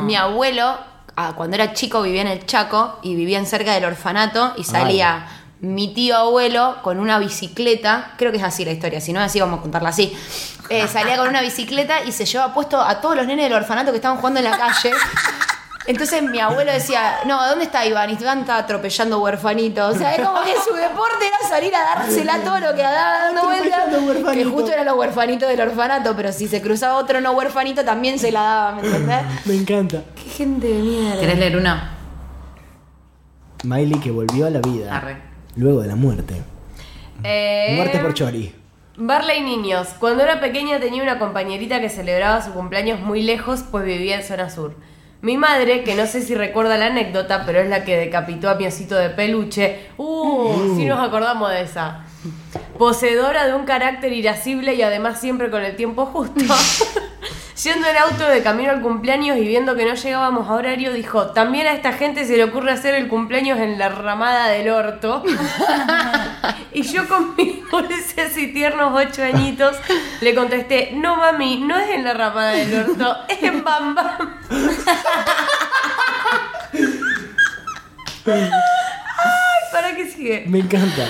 Mi abuelo, ah, cuando era chico, vivía en el Chaco y vivían cerca del orfanato y salía mi tío abuelo con una bicicleta, creo que es así la historia, si no es así vamos a contarla así. Eh, salía con una bicicleta y se llevaba puesto a todos los nenes del orfanato que estaban jugando en la calle. Entonces mi abuelo decía, no, ¿dónde está Iván? Iván está atropellando huerfanitos. O sea, es como que su deporte era salir a dársela a todo lo que andaba dando vueltas.
Atropellando
Que
huerfanitos.
justo eran los huerfanitos del orfanato, pero si se cruzaba otro no huerfanito también se la daba, ¿me entendés?
Me encanta.
Qué gente de mierda.
¿Querés leer una?
Miley que volvió a la vida.
Arre.
Luego de la muerte.
Eh,
Muerte por Chori.
Barley Niños. Cuando era pequeña tenía una compañerita que celebraba su cumpleaños muy lejos, pues vivía en zona sur. Mi madre, que no sé si recuerda la anécdota, pero es la que decapitó a mi osito de peluche. Uh, sí nos acordamos de esa. Poseedora de un carácter irascible y además siempre con el tiempo justo. Yendo en auto de camino al cumpleaños y viendo que no llegábamos a horario, dijo, también a esta gente se le ocurre hacer el cumpleaños en la ramada del orto. Y yo con mis dulces y tiernos ocho añitos le contesté, no mami, no es en la ramada del orto, es en Bam Bam. Ay, ¿para qué sigue?
Me encanta.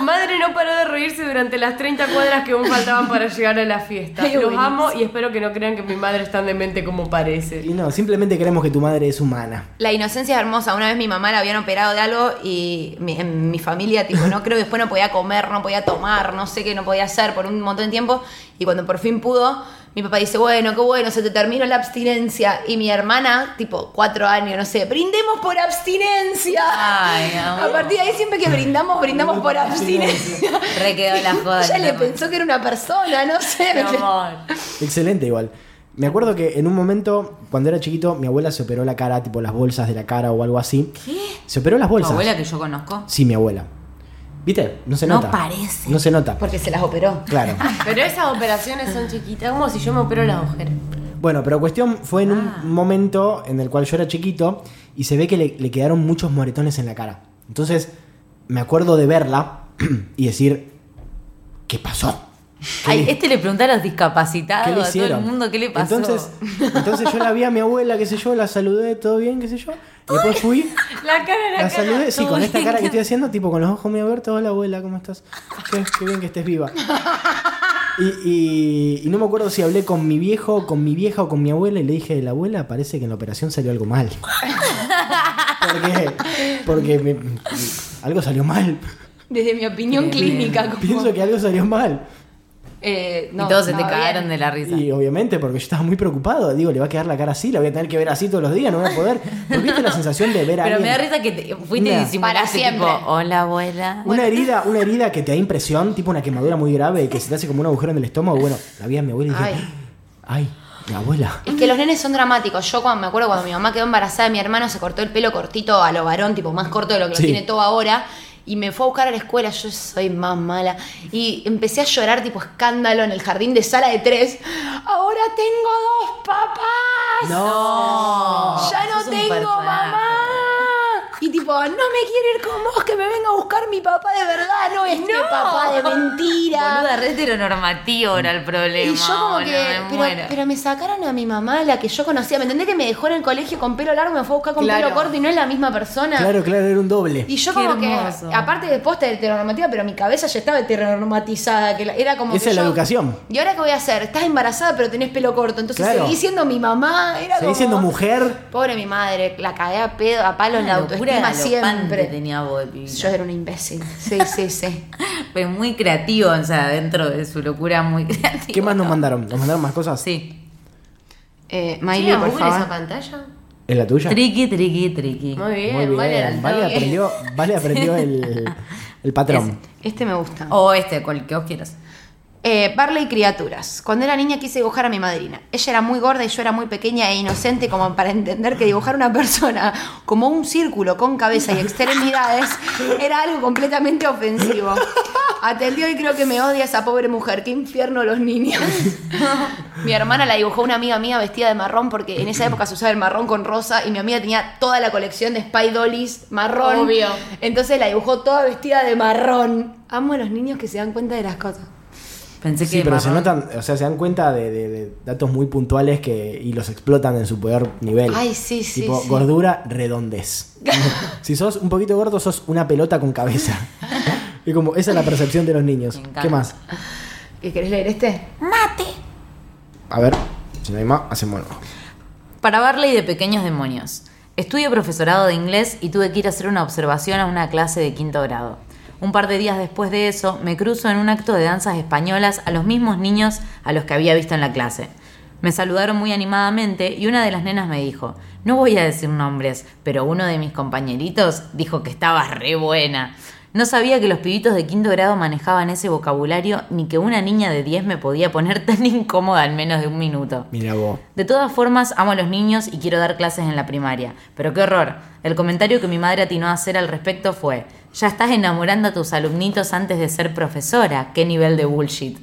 Madre no paró de reírse durante las 30 cuadras que aún faltaban para llegar a la fiesta.
Ay,
Los
buenísimo.
amo y espero que no crean que mi madre es tan demente como parece.
Y no, simplemente creemos que tu madre es humana.
La inocencia es hermosa. Una vez mi mamá la habían operado de algo y mi, en mi familia, tipo, no creo que después no podía comer, no podía tomar, no sé qué, no podía hacer por un montón de tiempo. Y cuando por fin pudo, mi papá dice, bueno, qué bueno, se te terminó la abstinencia. Y mi hermana, tipo, cuatro años, no sé, brindemos por abstinencia.
Ay,
A
amor.
partir de ahí, siempre que brindamos, brindamos por abstinencia.
Re quedó la joda.
Ella le
la-
pensó que era una persona, no sé.
Mi amor.
Excelente igual. Me acuerdo que en un momento, cuando era chiquito, mi abuela se operó la cara, tipo las bolsas de la cara o algo así. ¿Qué? Se operó las
¿Tu
bolsas.
abuela que yo conozco?
Sí, mi abuela. ¿Viste? No se
No
nota.
parece.
No se nota.
Porque se las operó.
Claro.
Pero esas operaciones son chiquitas, como si yo me opero las ojeras.
Bueno, pero cuestión fue en
Ah.
un momento en el cual yo era chiquito y se ve que le, le quedaron muchos moretones en la cara. Entonces, me acuerdo de verla y decir, ¿qué pasó? ¿Qué
Ay,
le-
este le preguntó a los discapacitados,
¿Qué le
a todo el
hicieron?
mundo, ¿qué le pasó?
Entonces, entonces yo la vi a mi abuela, qué sé yo, la saludé, todo bien, qué sé yo. Y después fui
La cara, la,
La
cara.
saludé, sí,
todo
con esta
bien.
cara que estoy haciendo, tipo con los ojos muy abiertos. Hola, abuela, ¿cómo estás? Qué, qué bien que estés viva. Y, y- y no me acuerdo si hablé con mi viejo, con mi vieja o con mi abuela y le dije, la abuela parece que en la operación salió algo mal. ¿Por qué? Porque me- algo salió mal.
Desde mi opinión clínica. Como,
Pienso que algo salió mal.
eh, no,
y todos se
no,
te
bien.
cagaron de la risa.
Y obviamente, porque yo estaba muy preocupado. Digo, le va a quedar la cara así, la voy a tener que ver así todos los días, no voy a poder. Porque viste la sensación de ver a
Pero me
alguien.
da risa que te, fuiste
Nah.
y disimulaste
Para
tipo,
siempre.
hola abuela.
Una herida, una herida que te da impresión, tipo una quemadura muy grave, que se te hace como un agujero en el estómago. Bueno, la vi a mi abuela y dije, ay,
Ay.
mi abuela.
Es que los nenes son dramáticos. Yo cuando, me acuerdo cuando mi mamá quedó embarazada, mi hermano se cortó el pelo cortito a lo varón, tipo más corto de lo que
Sí.
lo tiene todo ahora. Y me fue a buscar a la escuela, yo soy más mala. Y empecé a llorar tipo escándalo en el jardín de sala de tres. Ahora tengo dos papás.
No.
Ya no
sos un
tengo
personaje.
mamá. Y tipo, no me quiero ir con vos, que me venga a buscar mi papá de verdad, no este papá de mentira.
Boluda, re heteronormativo era el problema.
Y yo como
boluda,
que,
me muero.
pero, pero me sacaron a mi mamá, la que yo conocía. ¿Me entendés que me dejó en el colegio con pelo largo, me fue a buscar con
Claro.
pelo corto y no es la misma persona?
Claro, claro, era un doble.
Y yo
Qué
como que,
hermoso.
aparte de posta de heteronormativa, pero mi cabeza ya estaba heteronormatizada, que la- era como
Esa
que
es la
yo-
educación.
¿Y ahora qué voy a hacer? Estás embarazada pero tenés pelo corto, entonces
Claro.
seguí siendo mi mamá, era
Seguí
como-
siendo mujer.
Pobre mi madre, la cagué a pedo, a palos en la
Una locura
autoestima
de galopán
siempre.
que tenía vos de pibita.
Yo era una imbécil. Sí, sí, sí.
Pero muy creativo, o sea, dentro de su locura muy creativa.
¿Qué más nos mandaron? ¿Nos mandaron más cosas?
Sí.
Eh,
¿Tiene
Miley, por
Google esa
favor.
pantalla?
¿Es la tuya?
Triqui, triqui, triqui.
Muy bien,
Muy bien.
vale,
Vale,
al toque.
aprendió, vale aprendió el, el patrón.
Este me gusta.
O este, cual que vos quieras.
Eh, Barley Criaturas. Cuando era niña quise dibujar a mi madrina. Ella era muy gorda y yo era muy pequeña e inocente como para entender que dibujar una persona como un círculo con cabeza y extremidades era algo completamente ofensivo. Atendió y creo que me odia esa pobre mujer. Qué infierno los niños. mi hermana la dibujó una amiga mía vestida de marrón porque en esa época se usaba el marrón con rosa y mi amiga tenía toda la colección de Spy Dollies marrón.
Obvio.
Entonces la dibujó toda vestida de marrón. Amo a los niños que se dan cuenta de las cosas.
Pensé
Sí,
que
pero se
marrón.
notan, o sea, se dan cuenta de, de- de datos muy puntuales que y los explotan en su peor nivel.
Ay, sí, sí,
Tipo,
sí.
gordura, redondez. si sos un poquito gordo, sos una pelota con cabeza. y como, esa es la percepción de los niños.
Me encanta.
¿Qué más?
¿Qué querés leer este?
A ver, si no hay más, hacemos uno.
Para Barley de Pequeños Demonios. Estudio profesorado de inglés y tuve que ir a hacer una observación a una clase de quinto grado. Un par de días después de eso, me cruzo en un acto de danzas españolas a los mismos niños a los que había visto en la clase. Me saludaron muy animadamente y una de las nenas me dijo, no voy a decir nombres, pero uno de mis compañeritos dijo que estabas re buena. No sabía que los pibitos de quinto grado manejaban ese vocabulario ni que una niña de 10 me podía poner tan incómoda en menos de un minuto.
Mira vos.
De todas formas, amo a los niños y quiero dar clases en la primaria. Pero qué horror. El comentario que mi madre atinó a hacer al respecto fue, ya estás enamorando a tus alumnitos antes de ser profesora. Qué nivel de bullshit.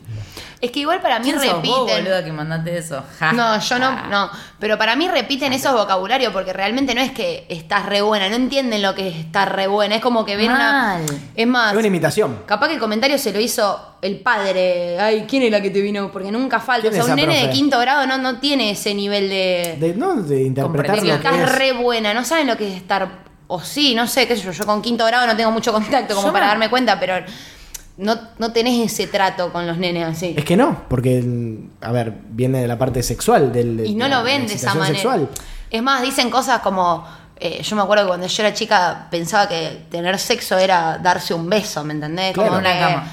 Es que igual para mí
¿Quién sos vos, Ah,
repiten.
boluda, que mandaste eso? Ja.
No, yo no, no. Pero para mí repiten esos vocabularios porque realmente no es que estás re buena, no entienden lo que es estar re buena. Es como que ven
Mal.
una. Es más.
Es una imitación.
Capaz que el comentario se lo hizo el padre. Ay, ¿quién es la que te vino? Porque nunca falta. O
¿Quién es
sea, un
esa
nene de
profe?
quinto grado no, no tiene ese nivel de.
De, no de interpretar
Comprensión.
lo que
estás
es.
re buena, no saben lo que es estar. O sí, no sé, qué sé yo. Yo con quinto grado no tengo mucho contacto como
Yo
para
me-
darme cuenta, pero no, no tenés ese trato con los nenes así.
Es que no, porque, mm, a ver, viene de la parte sexual. Del,
Y no
la-
lo ven
la
de esa
excitación
manera.
sexual.
Es más, dicen cosas como. eh, yo me acuerdo que cuando yo era chica pensaba que tener sexo era darse un beso, ¿me entendés?
Claro.
Como
En
una
que-
cama.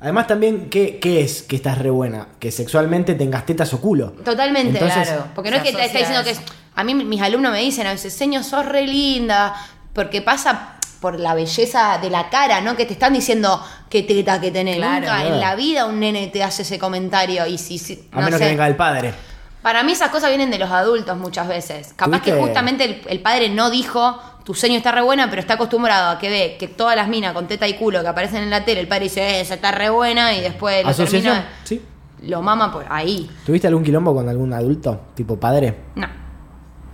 Además también, ¿qué, qué es que estás re buena? Que sexualmente tengas tetas o culo.
Totalmente,
Entonces,
claro. Porque no
se
es que te está
asocia
diciendo
a
que es.
eso.
A mí mis alumnos me dicen a veces, señor, sos re linda. Porque pasa por la belleza de la cara, ¿no? Que te están diciendo qué teta que tenés.
Claro.
Nunca en la vida un nene te hace ese comentario. Y si, si-
A
no
menos
sé.
que venga el padre.
Para mí esas cosas vienen de los adultos muchas veces. Capaz que
¿Tuviste-
justamente el, el padre no dijo, tu seño está re buena, pero está acostumbrado a que ve que todas las minas con teta y culo que aparecen en la tele, el padre dice, eh, esa está re buena, y
Eh,
después lo
¿Asociación?
termina,
Sí.
lo mama por ahí.
¿Tuviste algún quilombo con algún adulto? Tipo padre.
No,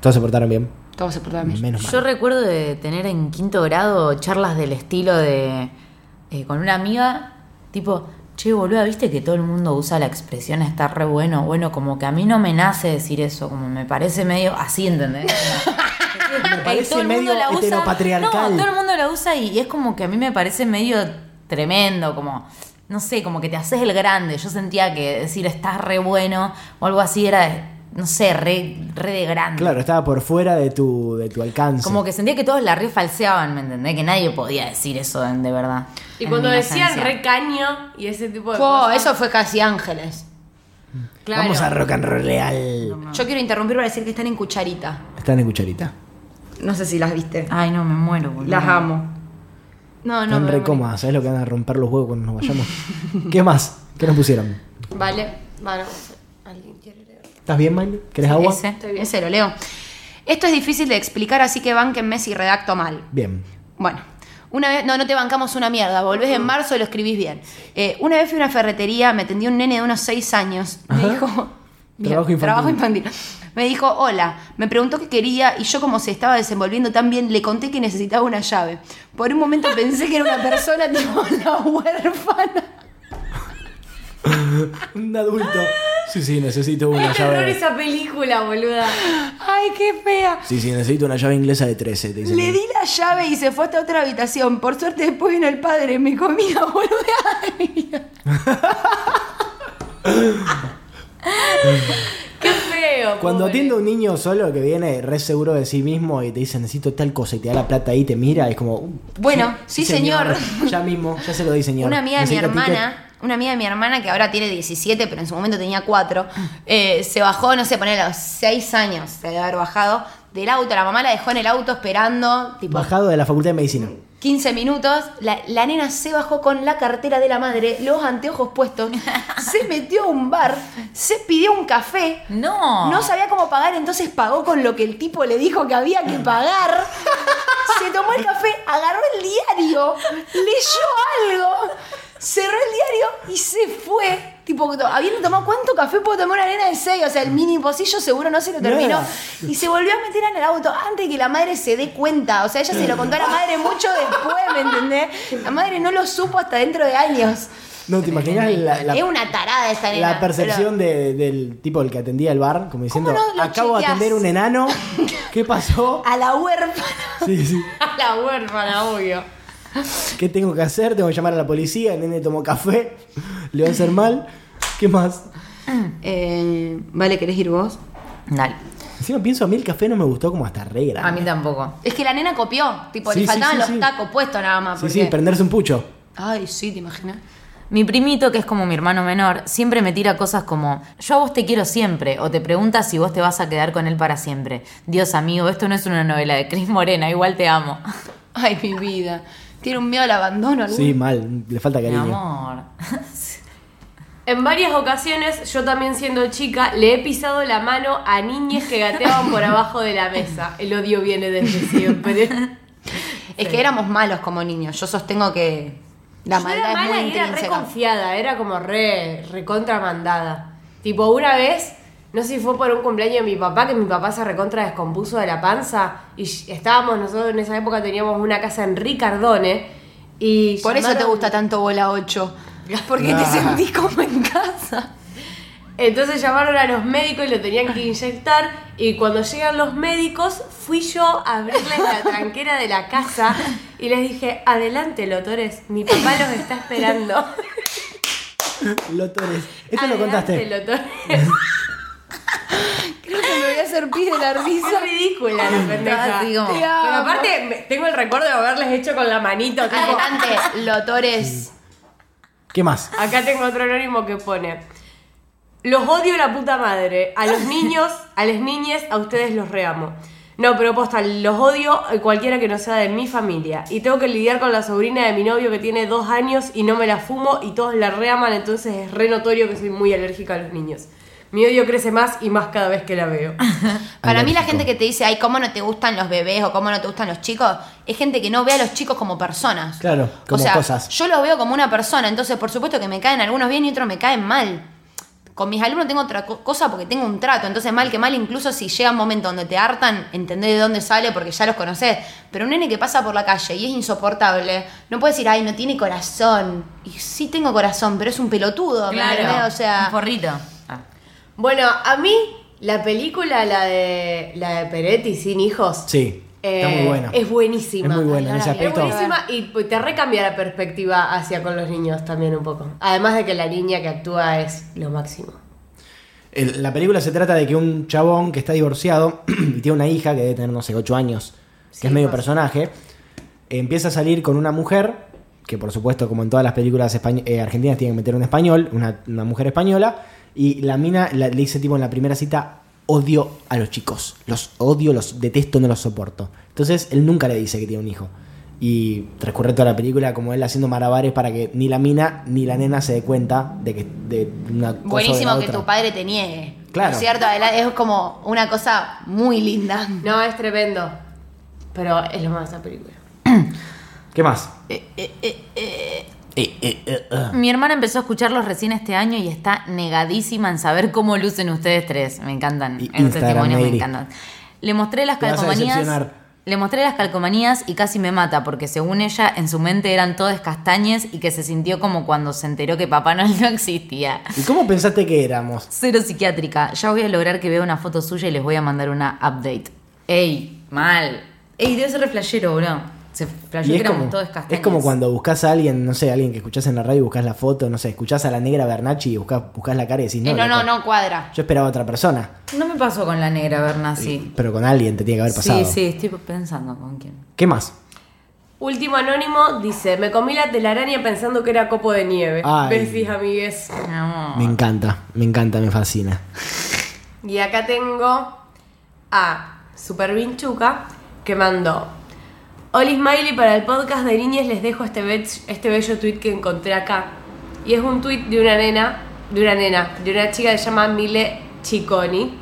Todos se portaron bien.
todo se porta bien.
Menos
Yo
mal.
recuerdo de tener en quinto grado charlas del estilo de. eh, con una amiga, tipo, che, boluda, viste que todo el mundo usa la expresión está re bueno. Bueno, como que a mí no me nace decir eso, como me parece medio así, ¿entendés? Como,
Me parece
todo el mundo
medio
la usa. No,
heteropatriarcal.
todo el mundo la usa y, y es como que a mí me parece medio tremendo, como, no sé, como que te haces el grande. Yo sentía que decir estás re bueno o algo así era, no sé, re, re de grande.
Claro, estaba por fuera de tu, de tu alcance.
Como que sentía que todos la refalseaban, ¿me entendés? Que nadie podía decir eso en- de verdad.
Y
en
cuando
mi
decían
inocencia.
re caño y ese tipo de
Fue-
cosas.
eso fue casi ángeles.
claro.
Vamos a rock and roll.
Yo quiero interrumpir para decir que están en cucharita.
Están en cucharita.
No sé si las viste.
Ay, no, me muero, boludo.
Las amo. No, no.
Están
me
re
morí.
cómodas, ¿sabes lo que van a romper los huevos cuando nos vayamos? ¿Qué más? ¿Qué nos pusieron?
Vale. Bueno, alguien quiere leer.
¿Estás bien, Miley? ¿Querés agua?
Ese.
Estoy bien, se lo leo. Esto es difícil de explicar, así que bánquenme si redacto mal.
Bien.
Bueno, una vez, no, no te bancamos una mierda, volvés en marzo y lo escribís bien. Eh, una vez fui a una ferretería, me atendió un nene de unos 6 años. Me dijo.
Trabajo infantil.
infantil. Me dijo, hola, me preguntó qué quería y yo como se estaba desenvolviendo tan bien, le conté que necesitaba una llave. Por un momento pensé que era una persona tipo una huérfana.
Un adulto. Sí, sí, necesito una
Qué terror
llave.
esa película, boluda.
Ay, qué fea.
Sí, sí, necesito una llave inglesa de 13. te dicen.
Le di la llave y se fue hasta otra habitación. Por suerte después vino el padre, me comía boludeada de mi vida.
Qué feo.
Cuando
pobre.
atiende un niño solo que viene re seguro de sí mismo y te dice necesito tal cosa y te da la plata ahí y te mira, es como. "Uh,
Bueno, sí, señor.
Ya mismo, ya se lo di, señor.
Una amiga de mi
Necesita
hermana,
ticket.
una amiga de mi hermana que ahora tiene 17, pero en su momento tenía 4, eh, se bajó, no sé, poner a los 6 años, se debe haber bajado del auto. La mamá la dejó en el auto esperando, tipo,
Bajado de la facultad de medicina.
15 minutos. La, la nena se bajó con la cartera de la madre, los anteojos puestos, se metió a un bar, se pidió un café.
No.
Ah.
No sabía cómo pagar, entonces pagó con lo que el tipo le dijo que había
Mm.
que pagar. Se tomó el café, agarró el diario, leyó algo, cerró el diario y se fue. Tipo, habiendo tomado cuánto café puedo tomar una nena de 6, o sea, el mini pocillo seguro no se lo terminó.
Nada.
Y se volvió a meter en el auto antes de que la madre se dé cuenta. O sea, ella se lo contó a la madre mucho después, ¿me entendés? La madre no lo supo hasta dentro de años.
No, ¿te imaginas la, la-
es una tarada esta nena.
la percepción de- del tipo el que atendía el bar? Como diciendo,
¿Cómo no lo
acabo de
chequeás?
atender un enano, ¿qué pasó?
pero A la huérfana.
Sí, sí.
A la huérfana, obvio.
¿Qué tengo que hacer? Tengo que llamar a la policía, el nene tomó café, le va a hacer mal. ¿Qué más?
Eh, vale, ¿querés ir vos?
Dale.
Encima pienso, a mí el café no me gustó como hasta re grande.
A mí tampoco.
Es que la nena copió, tipo,
Sí,
le
sí,
faltaban
sí,
los
sí.
tacos puestos nada más.
Sí,
Porque...
sí, prenderse un pucho.
Ay, sí, ¿te imaginas?
Mi primito, que es como mi hermano menor, siempre me tira cosas como, yo a vos te quiero siempre, o te preguntas si vos te vas a quedar con él para siempre. Dios amigo, esto no es una novela de Cris Morena, igual te amo.
Ay, mi vida. Tiene un miedo al abandono alguno.
Sí, mal, le falta
Mi
cariño.
amor.
En varias ocasiones, yo también siendo chica, le he pisado la mano a niñas que gateaban por abajo de la mesa. El odio viene desde siempre.
Es que éramos malos como niños. Yo sostengo que la
Yo
maldad
era
es
mala
muy
y era re
intrínseca.
confiada, era como re, recontramandada. Tipo, una vez, no sé si fue por un cumpleaños de mi papá, que mi papá se recontra descompuso de la panza, y sh- estábamos, nosotros en esa época teníamos una casa en Ricardone, y...
Por eso te
llamaron-
gusta tanto bola 8. Porque
Ah.
te sentís como en casa.
Entonces llamaron a los médicos y lo tenían que inyectar. Y cuando llegan los médicos, fui yo a abrirles la tranquera de la casa y les dije: Adelante, lotores, mi papá los está esperando.
Lotores. Esto lo
Adelante,
contaste.
lotores.
Creo que me voy a hacer pis de la
Es
risa.
ridícula la pendeja.
Así como-
Pero aparte, me- tengo el recuerdo de haberles hecho con la manito. tipo,
Adelante, lotores.
¿Qué más?
Acá tengo otro anónimo que pone. Los odio la puta madre. A los niños, a las niñas, a ustedes los reamo. No, pero posta, los odio a cualquiera que no sea de mi familia. Y tengo que lidiar con la sobrina de mi novio que tiene dos años y no me la fumo y todos la reaman, entonces es re notorio que soy muy alérgica a los niños. Mi odio crece más y más cada vez que la veo.
Para mí la
Alérgico.
gente que te dice, ay, cómo no te gustan los bebés o cómo no te gustan los chicos, es gente que no ve a los chicos como personas.
Claro, como
o sea,
cosas.
Yo los veo como una persona, entonces por supuesto que me caen algunos bien y otros me caen mal. Con mis alumnos tengo otra co- cosa porque tengo un trato, entonces mal que mal, incluso si llega un momento donde te hartan, entendés de dónde sale porque ya los conocés. Pero un nene que pasa por la calle y es insoportable, no puede decir, ay, no tiene corazón. Y sí tengo corazón, pero es un pelotudo, ¿me entendés? O sea,
Un forrito. Ah.
Bueno, a mí la película, la de, la de Peretti, Sin Hijos,
Sí. Está muy
Eh,
buena.
Es buenísima.
Es muy buena en ese
Es
aspecto.
buenísima y pues, te recambia la perspectiva hacia con los niños también un poco. Además de que la niña que actúa es lo máximo.
El- la película se trata de que un chabón que está divorciado y tiene una hija que debe tener, no sé, 8 años, que es medio personaje, empieza a salir con una mujer, que por supuesto, como en todas las películas españ- eh, argentinas, tienen que meter un español, una, una mujer española, y la mina la- le dice tipo en la primera cita, odio a los chicos, los odio, los detesto, no los soporto. Entonces, él nunca le dice que tiene un hijo. Y transcurre toda la película como él haciendo malabares para que ni la mina ni la nena se dé cuenta de que de una cosa o de la
Buenísimo que
otra.
tu padre te niegue.
Claro.
¿No es ¿Cierto? Adela- Es como una cosa muy linda.
No, es tremendo. Pero es lo más de esa película.
¿Qué más?
eh,
Mi hermana empezó a escucharlos recién este año y está negadísima en saber cómo lucen ustedes tres. Me encantan.
Y-
En los
Instagram,
testimonios me
Mary.
encantan. Le mostré las
Te vas a
calcomanías.
decepcionar.
Le mostré las calcomanías y casi me mata, porque según ella, en su mente eran todas castañas y que se sintió como cuando se enteró que Papá Noel no existía.
¿Y cómo pensaste que éramos?
Cero psiquiátrica. Ya voy a lograr que vea una foto suya y les voy a mandar una update. Ey, mal. Ey, debe ser re flashero, boludo. Se flashó
Y
que
es,
éramos
como,
todos castañas.
es como cuando buscas a alguien, no sé, alguien que escuchás en la radio y buscas la foto, no sé, escuchás a la negra Bernacci y buscas, buscás la cara y decís, no,
Eh, no,
loco,
no, no cuadra.
Yo esperaba a otra persona,
No me pasó con la negra Bernasi.
pero con alguien te tiene que haber pasado.
Sí, sí, estoy pensando con quién.
¿Qué más?
Último anónimo dice, me comí la telaraña pensando que era copo de nieve.
Ay.
Besis, amigues.
No.
Me encanta, me encanta, me fascina.
Y acá tengo a Supervinchuca que mandó. Hola Smiley, para el podcast de niñas les dejo este, be- este bello tweet que encontré acá. Y es un tweet de una nena, de una nena, de una chica que se llama Mile Chiconi.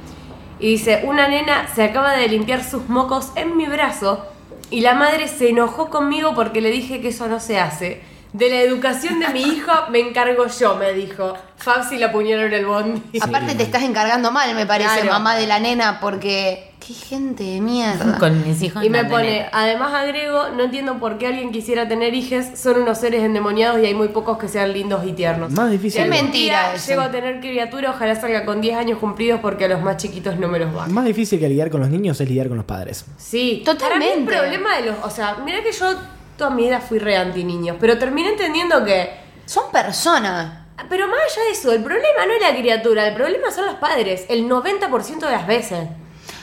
Y dice, una nena se acaba de limpiar sus mocos en mi brazo y la madre se enojó conmigo porque le dije que eso no se hace. De la educación de mi hijo me encargo yo, me dijo. Fab si la apuñaló en el bondi.
Aparte te estás encargando mal, me parece,
Claro.
mamá de la nena, porque... ¡Qué gente de mierda!
Con mis hijos.
Y me
no
pone,
tenés.
además agrego, no entiendo por qué alguien quisiera tener hijes, son unos seres endemoniados y hay muy pocos que sean lindos y tiernos.
Más
Si
difícil,
Es
algún día
mentira eso.
Llego a tener criatura, ojalá salga con 10 años cumplidos porque a los más chiquitos no me los van.
más difícil que lidiar con los niños es lidiar con los padres.
Sí,
Totalmente.
Para mí el problema de los, o sea, mira que yo toda mi vida fui re anti niños, pero terminé entendiendo que
Son personas.
pero más allá de eso, el problema no es la criatura, el problema son los padres, el 90% de las veces.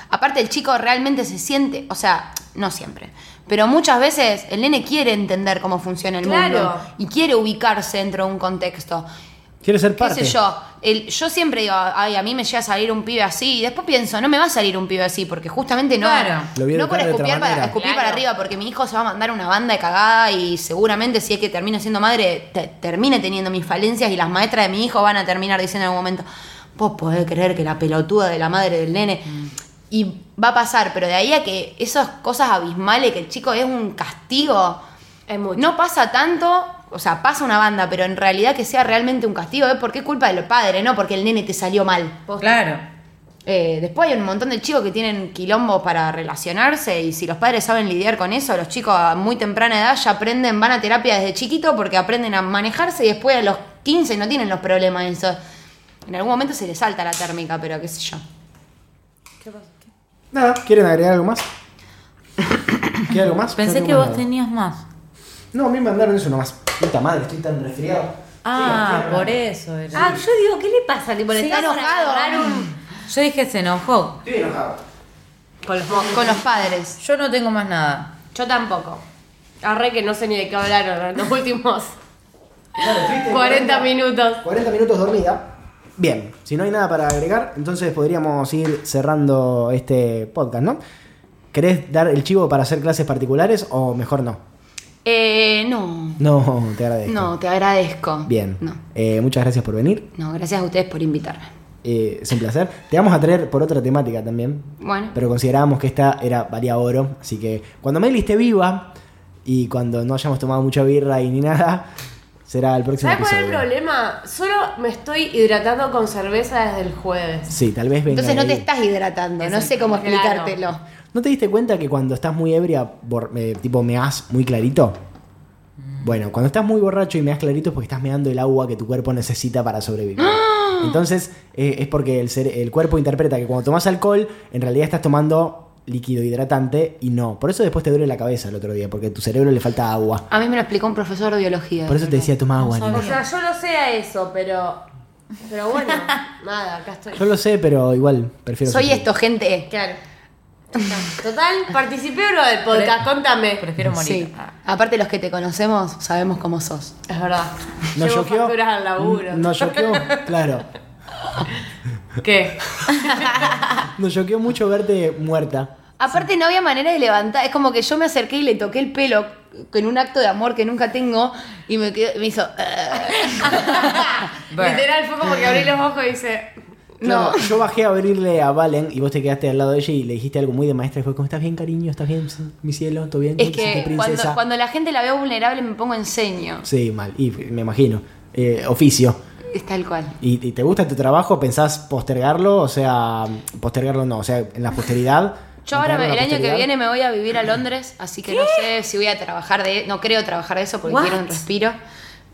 Aparte, el chico realmente se siente, o sea, no siempre, pero muchas veces el nene quiere entender cómo funciona el
Claro.
mundo y quiere ubicarse dentro de un contexto.
Quiero ser
¿Qué
parte.
sé yo? El- yo siempre digo, ay, a mí me llega a salir un pibe así. Y después pienso, no me va a salir un pibe así, porque justamente no.
Claro.
Lo voy a
No
educar
por
de otra
escupir, para,
manera.
escupir
Claro.
para arriba, porque mi hijo se va a mandar una banda de cagada y seguramente si es que termino siendo madre, te- termine teniendo mis falencias y las maestras de mi hijo van a terminar diciendo en algún momento, vos podés creer que la pelotuda de la madre del nene. Y va a pasar, pero de ahí a que esas cosas abismales, que el chico es un castigo.
Es mucho.
No pasa tanto, o sea, pasa una banda, pero en realidad que sea realmente un castigo es porque es culpa del padre, no porque el nene te salió mal.
Claro.
Eh, después hay un montón de chicos que tienen quilombos para relacionarse y si los padres saben lidiar con eso, los chicos a muy temprana edad ya aprenden, van a terapia desde chiquito porque aprenden a manejarse y después a los 15 no tienen los problemas esos. En algún momento se les salta la térmica, pero qué sé yo.
Nada, ¿quieren agregar algo más? ¿Quieren algo más?
Pensé
No
que
tengo
vos
nada.
tenías más.
No, a mí me mandaron eso nomás. Puta madre, estoy tan resfriado.
Ah, por eso era.
Ah, yo digo, ¿qué le pasa? Tipo, le
Se
está
ha enojado.
agarrar un-
Yo dije se enojó.
Estoy enojado.
Con los mocos.
Con los padres.
Yo no tengo más nada.
Yo tampoco. Arre que no sé ni de qué hablaron en los últimos
Claro, estuviste
40 minutos.
40 minutos dormida. Bien, si no hay nada para agregar, entonces podríamos ir cerrando este podcast, ¿no? ¿Querés dar el chivo para hacer clases particulares o mejor no?
Eh, no.
No, te agradezco.
No, te agradezco.
Bien.
No.
Eh, muchas gracias por venir.
No, gracias a ustedes por invitarme.
Eh, es un placer. Te vamos a traer por otra temática también.
Bueno.
Pero considerábamos que esta era valía oro. Así que cuando Meli esté viva y cuando no hayamos tomado mucha birra y ni nada, será el próximo
¿Sabes cuál es el
episodio.
problema? Solo me estoy hidratando con cerveza desde el jueves.
Sí, tal vez venga.
Entonces no
de
te
ahí.
estás hidratando, no
Exacto,
sé cómo
claro.
explicártelo.
¿No te diste cuenta que cuando estás muy ebria, bor- eh, tipo meás muy clarito?
Mm.
Bueno, cuando estás muy borracho y meás clarito es porque estás meando el agua que tu cuerpo necesita para sobrevivir.
¡Ah!
Entonces eh, es porque el, cere- el cuerpo interpreta que cuando tomas alcohol, en realidad estás tomando líquido hidratante y no. Por eso después te duele la cabeza el otro día, porque a tu cerebro le falta agua.
A mí me lo explicó un profesor de biología.
Por eso te decía, toma agua.
O
nena".
sea, yo lo sé a eso, pero. Pero bueno, nada, acá estoy.
Yo lo sé, pero igual prefiero...
Soy
sufrir.
esto, gente.
Claro. Total, participé o no del podcast, contame.
Eh, Prefiero morir.
Sí.
Ah,
Aparte, los que te conocemos sabemos cómo sos.
Es verdad.
¿No
Llevo
choqueó?
facturas al laburo.
¿No choqueó? Claro.
¿Qué?
Nos choqueó mucho verte muerta.
Aparte, no había manera de levantar. Es como que yo me acerqué y le toqué el pelo con un acto de amor que nunca tengo y me, quedó- me hizo. "Eh".
Burn.
Literal fue como que abrí los ojos y dice.
No.
Claro, Yo bajé a abrirle a Valen y vos te quedaste al lado de ella y le dijiste algo muy de maestra. Y fue como, ¿estás bien, cariño? ¿Estás bien, sí, mi cielo? ¿Todo bien?
Es
¿Cómo te sientes,
que cuando,
princesa?
cuando la gente la veo vulnerable me pongo en ceño.
Sí, mal. Y me imagino. Eh, oficio.
Es tal cual.
¿Y, y te gusta tu trabajo? ¿Pensás postergarlo? O sea, postergarlo no. O sea, en la posteridad.
Yo ahora
mantenerlo
me-
en
el
la
año que
posteridad.
viene me voy a vivir a Londres, así que no sé si voy a trabajar de no creo trabajar de eso porque
What?
quiero un respiro,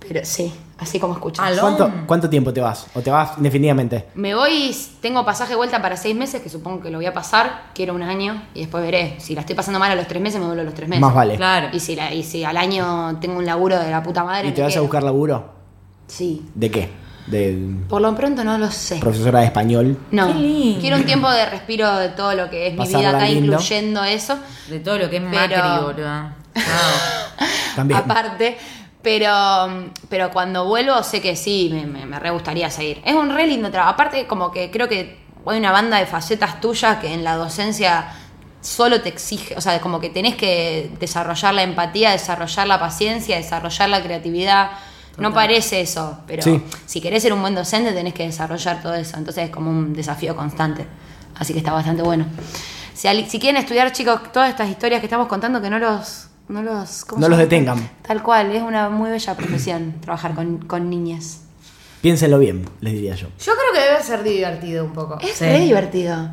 pero sí, así como escuchas.
Aló.
¿Cuánto, ¿Cuánto tiempo te vas? ¿O te vas definitivamente?
Me voy, tengo pasaje de vuelta para seis meses, que supongo que lo voy a pasar, quiero un año y después veré. Si la estoy pasando mal a los tres meses, me vuelvo a los tres meses.
Más vale.
Claro.
Y si, la- y si al año tengo un laburo de la puta madre.
¿Y
me
te vas a
quedo.
buscar laburo?
Sí.
¿De qué? ¿De
Por lo pronto no lo sé.
profesora de español?
No.
Qué lindo.
Quiero un tiempo de respiro de todo lo que es mi
Pasarla
vida acá,
lindo.
incluyendo eso.
De todo lo que es
Pero-
Macri, boludo. Ah. Wow.
También.
Aparte. Pero, pero cuando vuelvo sé que sí, me, me, me re gustaría seguir. Es un re lindo trabajo. Aparte, como que creo que hay una banda de facetas tuyas que en la docencia solo te exige, o sea, como que tenés que desarrollar la empatía, desarrollar la paciencia, desarrollar la creatividad. No parece eso, pero
Sí.
si querés ser un buen docente tenés que desarrollar todo eso. Entonces es como un desafío constante. Así que está bastante bueno. Si, al- si quieren estudiar, chicos, todas estas historias que estamos contando, que no los... No los, ¿cómo
No
se
los
llama?
detengan.
Tal cual, es una muy bella profesión trabajar con, con niñas.
Piénsenlo bien, les diría yo.
Yo creo que debe ser divertido un poco.
Es
Sí.
re divertido.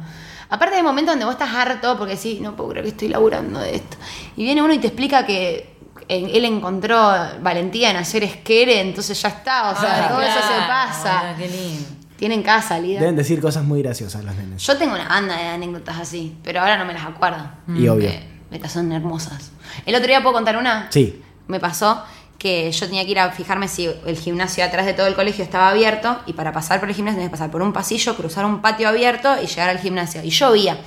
Aparte hay momentos donde vos estás harto porque sí, no puedo creer que estoy laburando de esto. Y viene uno y te explica que en- él encontró valentía en hacer esquere, entonces ya está, o sea,
Ah,
todo eso se
claro,
pasa.
boludo, Qué lindo.
Tienen casa, salida.
Deben decir cosas muy graciosas los nenes.
Yo tengo una banda de anécdotas así, pero ahora no me las acuerdo.
Mm,
Y Mm. obvio.
Eh, estas son hermosas. El otro día puedo contar una.
Sí.
me pasó que yo tenía que ir a fijarme si el gimnasio atrás de todo el colegio estaba abierto y para pasar por el gimnasio tenías que pasar por un pasillo, cruzar un patio abierto y llegar al gimnasio. Y llovía.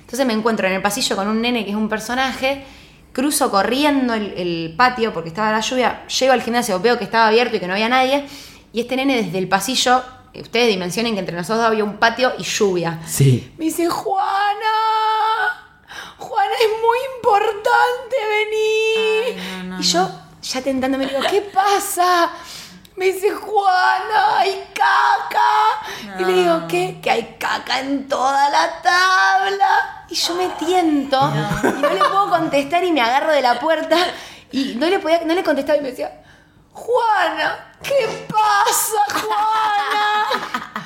Entonces me encuentro en el pasillo con un nene que es un personaje, cruzo corriendo el, el patio porque estaba la lluvia, llego al gimnasio, veo que estaba abierto y que no había nadie y este nene desde el pasillo, eh, ustedes dimensionen que entre nosotros dos había un patio y lluvia.
Sí.
Me dice, Juana, Juana es muy importante venir.
Ay, no, no,
y yo, ya tentándome, le digo, ¿qué pasa? Me dice, Juana, hay caca. Y le digo, ¿qué? Que hay caca en toda la tabla. Y yo me tiento y no le puedo contestar y me agarro de la puerta y no le, podía, no le contestaba y me decía, Juana, ¿qué pasa, Juana?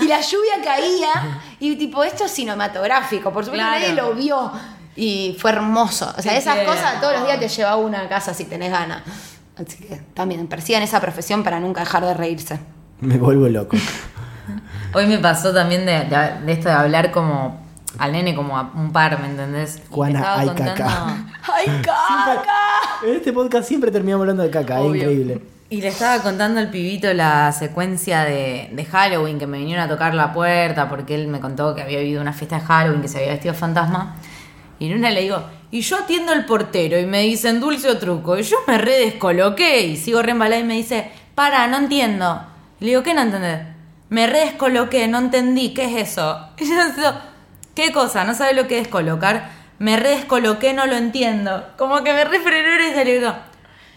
Y la lluvia caía y tipo, esto es cinematográfico, por supuesto
Claro.
nadie lo vio. Y fue hermoso. O sea,
Te
esas
quiero.
cosas todos los días te lleva una a casa si tenés ganas. Así que también persigan esa profesión para nunca dejar de reírse.
Me vuelvo loco.
Hoy me pasó también de, de- de esto de hablar como al nene como a un par, ¿me entendés? Y te
Juana,
estaba
ay,
contando-
caca.
¡Ay, caca!
En este podcast siempre terminamos hablando de caca, es increíble.
Y le estaba contando al pibito la secuencia de, de Halloween, que me vinieron a tocar la puerta porque él me contó que había habido una fiesta de Halloween, que se había vestido fantasma. Y en una le digo, y yo atiendo el portero y me dicen dulce o truco. Y yo me re descoloqué y sigo re embalada y me dice, para, no entiendo. Le digo, ¿qué no entendés? Me re descoloqué, no entendí, ¿qué es eso? Y yo digo, ¿qué cosa? ¿No sabe lo que es colocar? Me re descoloqué, no lo entiendo. Como que me re frenó y se le digo,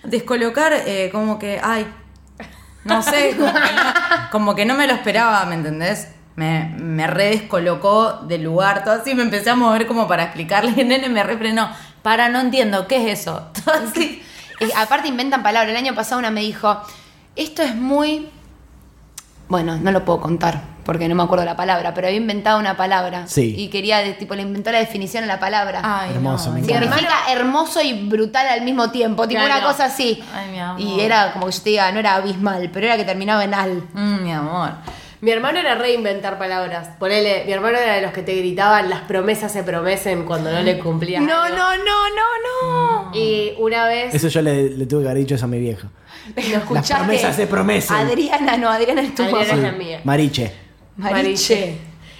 descolocar eh, como que, ay, no sé, como que no, como que no me lo esperaba, ¿me entendés? Me, me re descolocó del lugar, todo así, me empecé a mover como para explicarle, el nene me refrenó, para, no entiendo, ¿qué es eso? Todo así.
Y aparte inventan palabras. El año pasado una me dijo, esto es muy... Bueno, no lo puedo contar porque no me acuerdo la palabra, pero había inventado una palabra.
Sí.
Y quería, de- tipo, le inventó la definición a la palabra.
Ay,
Hermoso, me encanta.
Significa hermoso y brutal al mismo tiempo, tipo
Claro.
una cosa así.
Ay, mi amor.
Y era como que yo te diga, no era abismal, pero era que terminaba en al.
Mm, mi amor.
Mi hermano era reinventar palabras. Ponele, mi hermano era de los que te gritaban las promesas se promesen cuando no le cumplían.
No, no, no, no, no.
Y una vez.
Eso yo le, le tuve que haber dicho eso a mi vieja.
Lo escuchaste.
promesas se promesen.
Adriana, no, Adriana es tu
Adriana
mamá.
es la mía.
Mariche.
Mariche.
Mariche.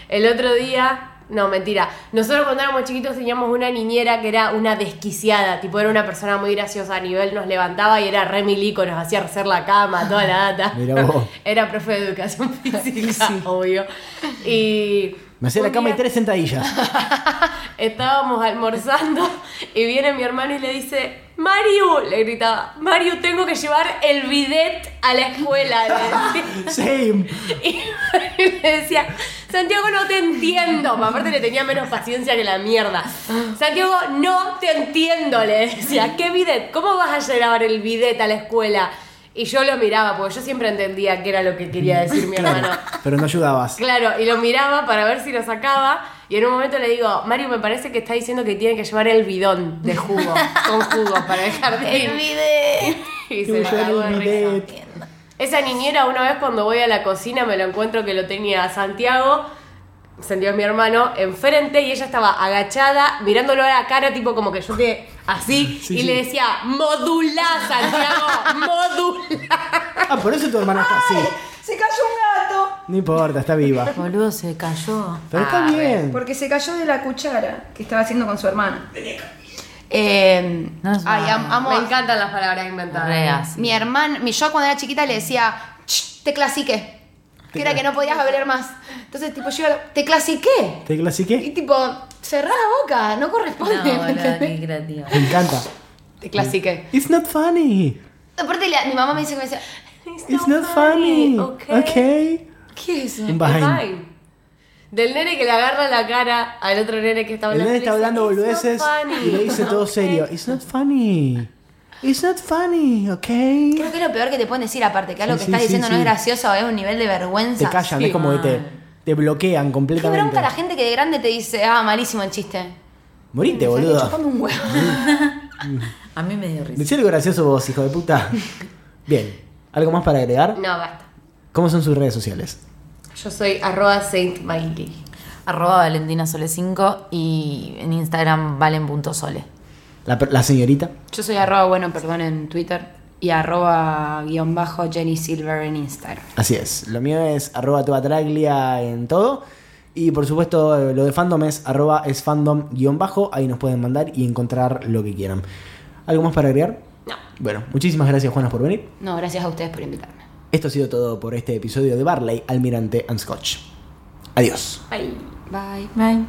El otro día. No, mentira. Nosotros cuando éramos chiquitos teníamos una niñera que era una desquiciada. Tipo, era una persona muy graciosa a nivel, nos levantaba y era re milico, nos hacía hacer la cama, toda la data.
Mirá vos.
Era profe de educación física, obvio. Y.
Me hacía la
un
cama y
día-
tres sentadillas.
Estábamos almorzando y viene mi hermano y le dice, Mario, le gritaba, Mario, tengo que llevar el bidet a la escuela. le decía.
Same.
Y le decía, Santiago, no te entiendo. Aparte le tenía menos paciencia que la mierda. Santiago, no te entiendo, le decía. ¿Qué bidet? ¿Cómo vas a llevar el bidet a la escuela? Y yo lo miraba, porque yo siempre entendía qué era lo que quería decir mi hermano.
Pero no ayudabas.
Claro, y lo miraba para ver si lo sacaba. Y en un momento le digo, Mario, me parece que está diciendo que tiene que llevar el bidón de jugo, con jugo, para el jardín.
El video.
Y
Tú
se
ya
cagó
eres
de
mi
risa.
det.
Esa niñera, una vez cuando voy a la cocina, me lo encuentro que lo tenía Santiago, Santiago es mi hermano, enfrente y ella estaba agachada, mirándolo a la cara, tipo como que yo que así,
Sí,
y
sí.
le decía, modulá, Santiago, modulá.
Ah, por eso tu hermana está así.
Se cayó un gato
No importa, está viva.
Boludo, se cayó.
Pero
Ah,
está bien.
porque se cayó de la cuchara que estaba haciendo con su hermana.
Eh,
No es
ay,
mala.
am- amo.
Me encantan las palabras inventadas.
Reas.
Mi hermano, mi yo cuando era chiquita le decía, "Ch, te clasiqué. Que era que no podías hablar más. Entonces, tipo, yo iba, te clasiqué.
¿Te
Y
clasiqué?
tipo, cerrá la boca, no
No,
corresponde. ¿me
boludo,
entendés?
qué creativo.
Me encanta.
te clasiqué.
It's not funny.
Aparte, la- mi mamá me dice que me decía,
It's not funny. Okay.
¿qué es eso?
Un
Ay.
Behind.
Del nene que le agarra la cara al otro nene que está
El
hablando.
nene está
le dice,
hablando
"It's
boludeces
not funny".
y le dice todo
Ok.
serio. It's not funny. It's not funny, ok.
Creo que es lo peor que te pueden decir, aparte, que algo
Sí,
que
sí,
estás
sí,
diciendo
sí.
no es gracioso, es un nivel de vergüenza.
Te callan,
sí,
es como que te,
mal.
te bloquean
Qué
completamente.
bronca la gente que de grande te dice, ah, malísimo el chiste.
Morite,
Salí
boludo.
chupando un huevo.
A mí me dio risa.
Decí algo gracioso vos, hijo de puta. Bien. ¿Algo más para agregar?
No, basta.
¿Cómo son sus redes sociales?
Yo soy arroba Saint Miley.
Arroba Valentina Sole 5 y en Instagram valen.sole.
La, per- la señorita.
Yo soy arroba, bueno, perdón, en Twitter. Y arroba guión bajo Jenny Silver en Instagram.
Así es. Lo mío es arroba tuatraglia en todo. Y por supuesto, eh, lo de fandom es arroba es fandom guión bajo. Ahí nos pueden mandar y encontrar lo que quieran. ¿Algo más para agregar?
No.
Bueno, muchísimas gracias, Juanas, por venir.
No, gracias a ustedes por invitarme.
Esto ha sido todo por este episodio de Barley, Almirante and Scotch. Adiós.
Ay.
Bye.
Bye.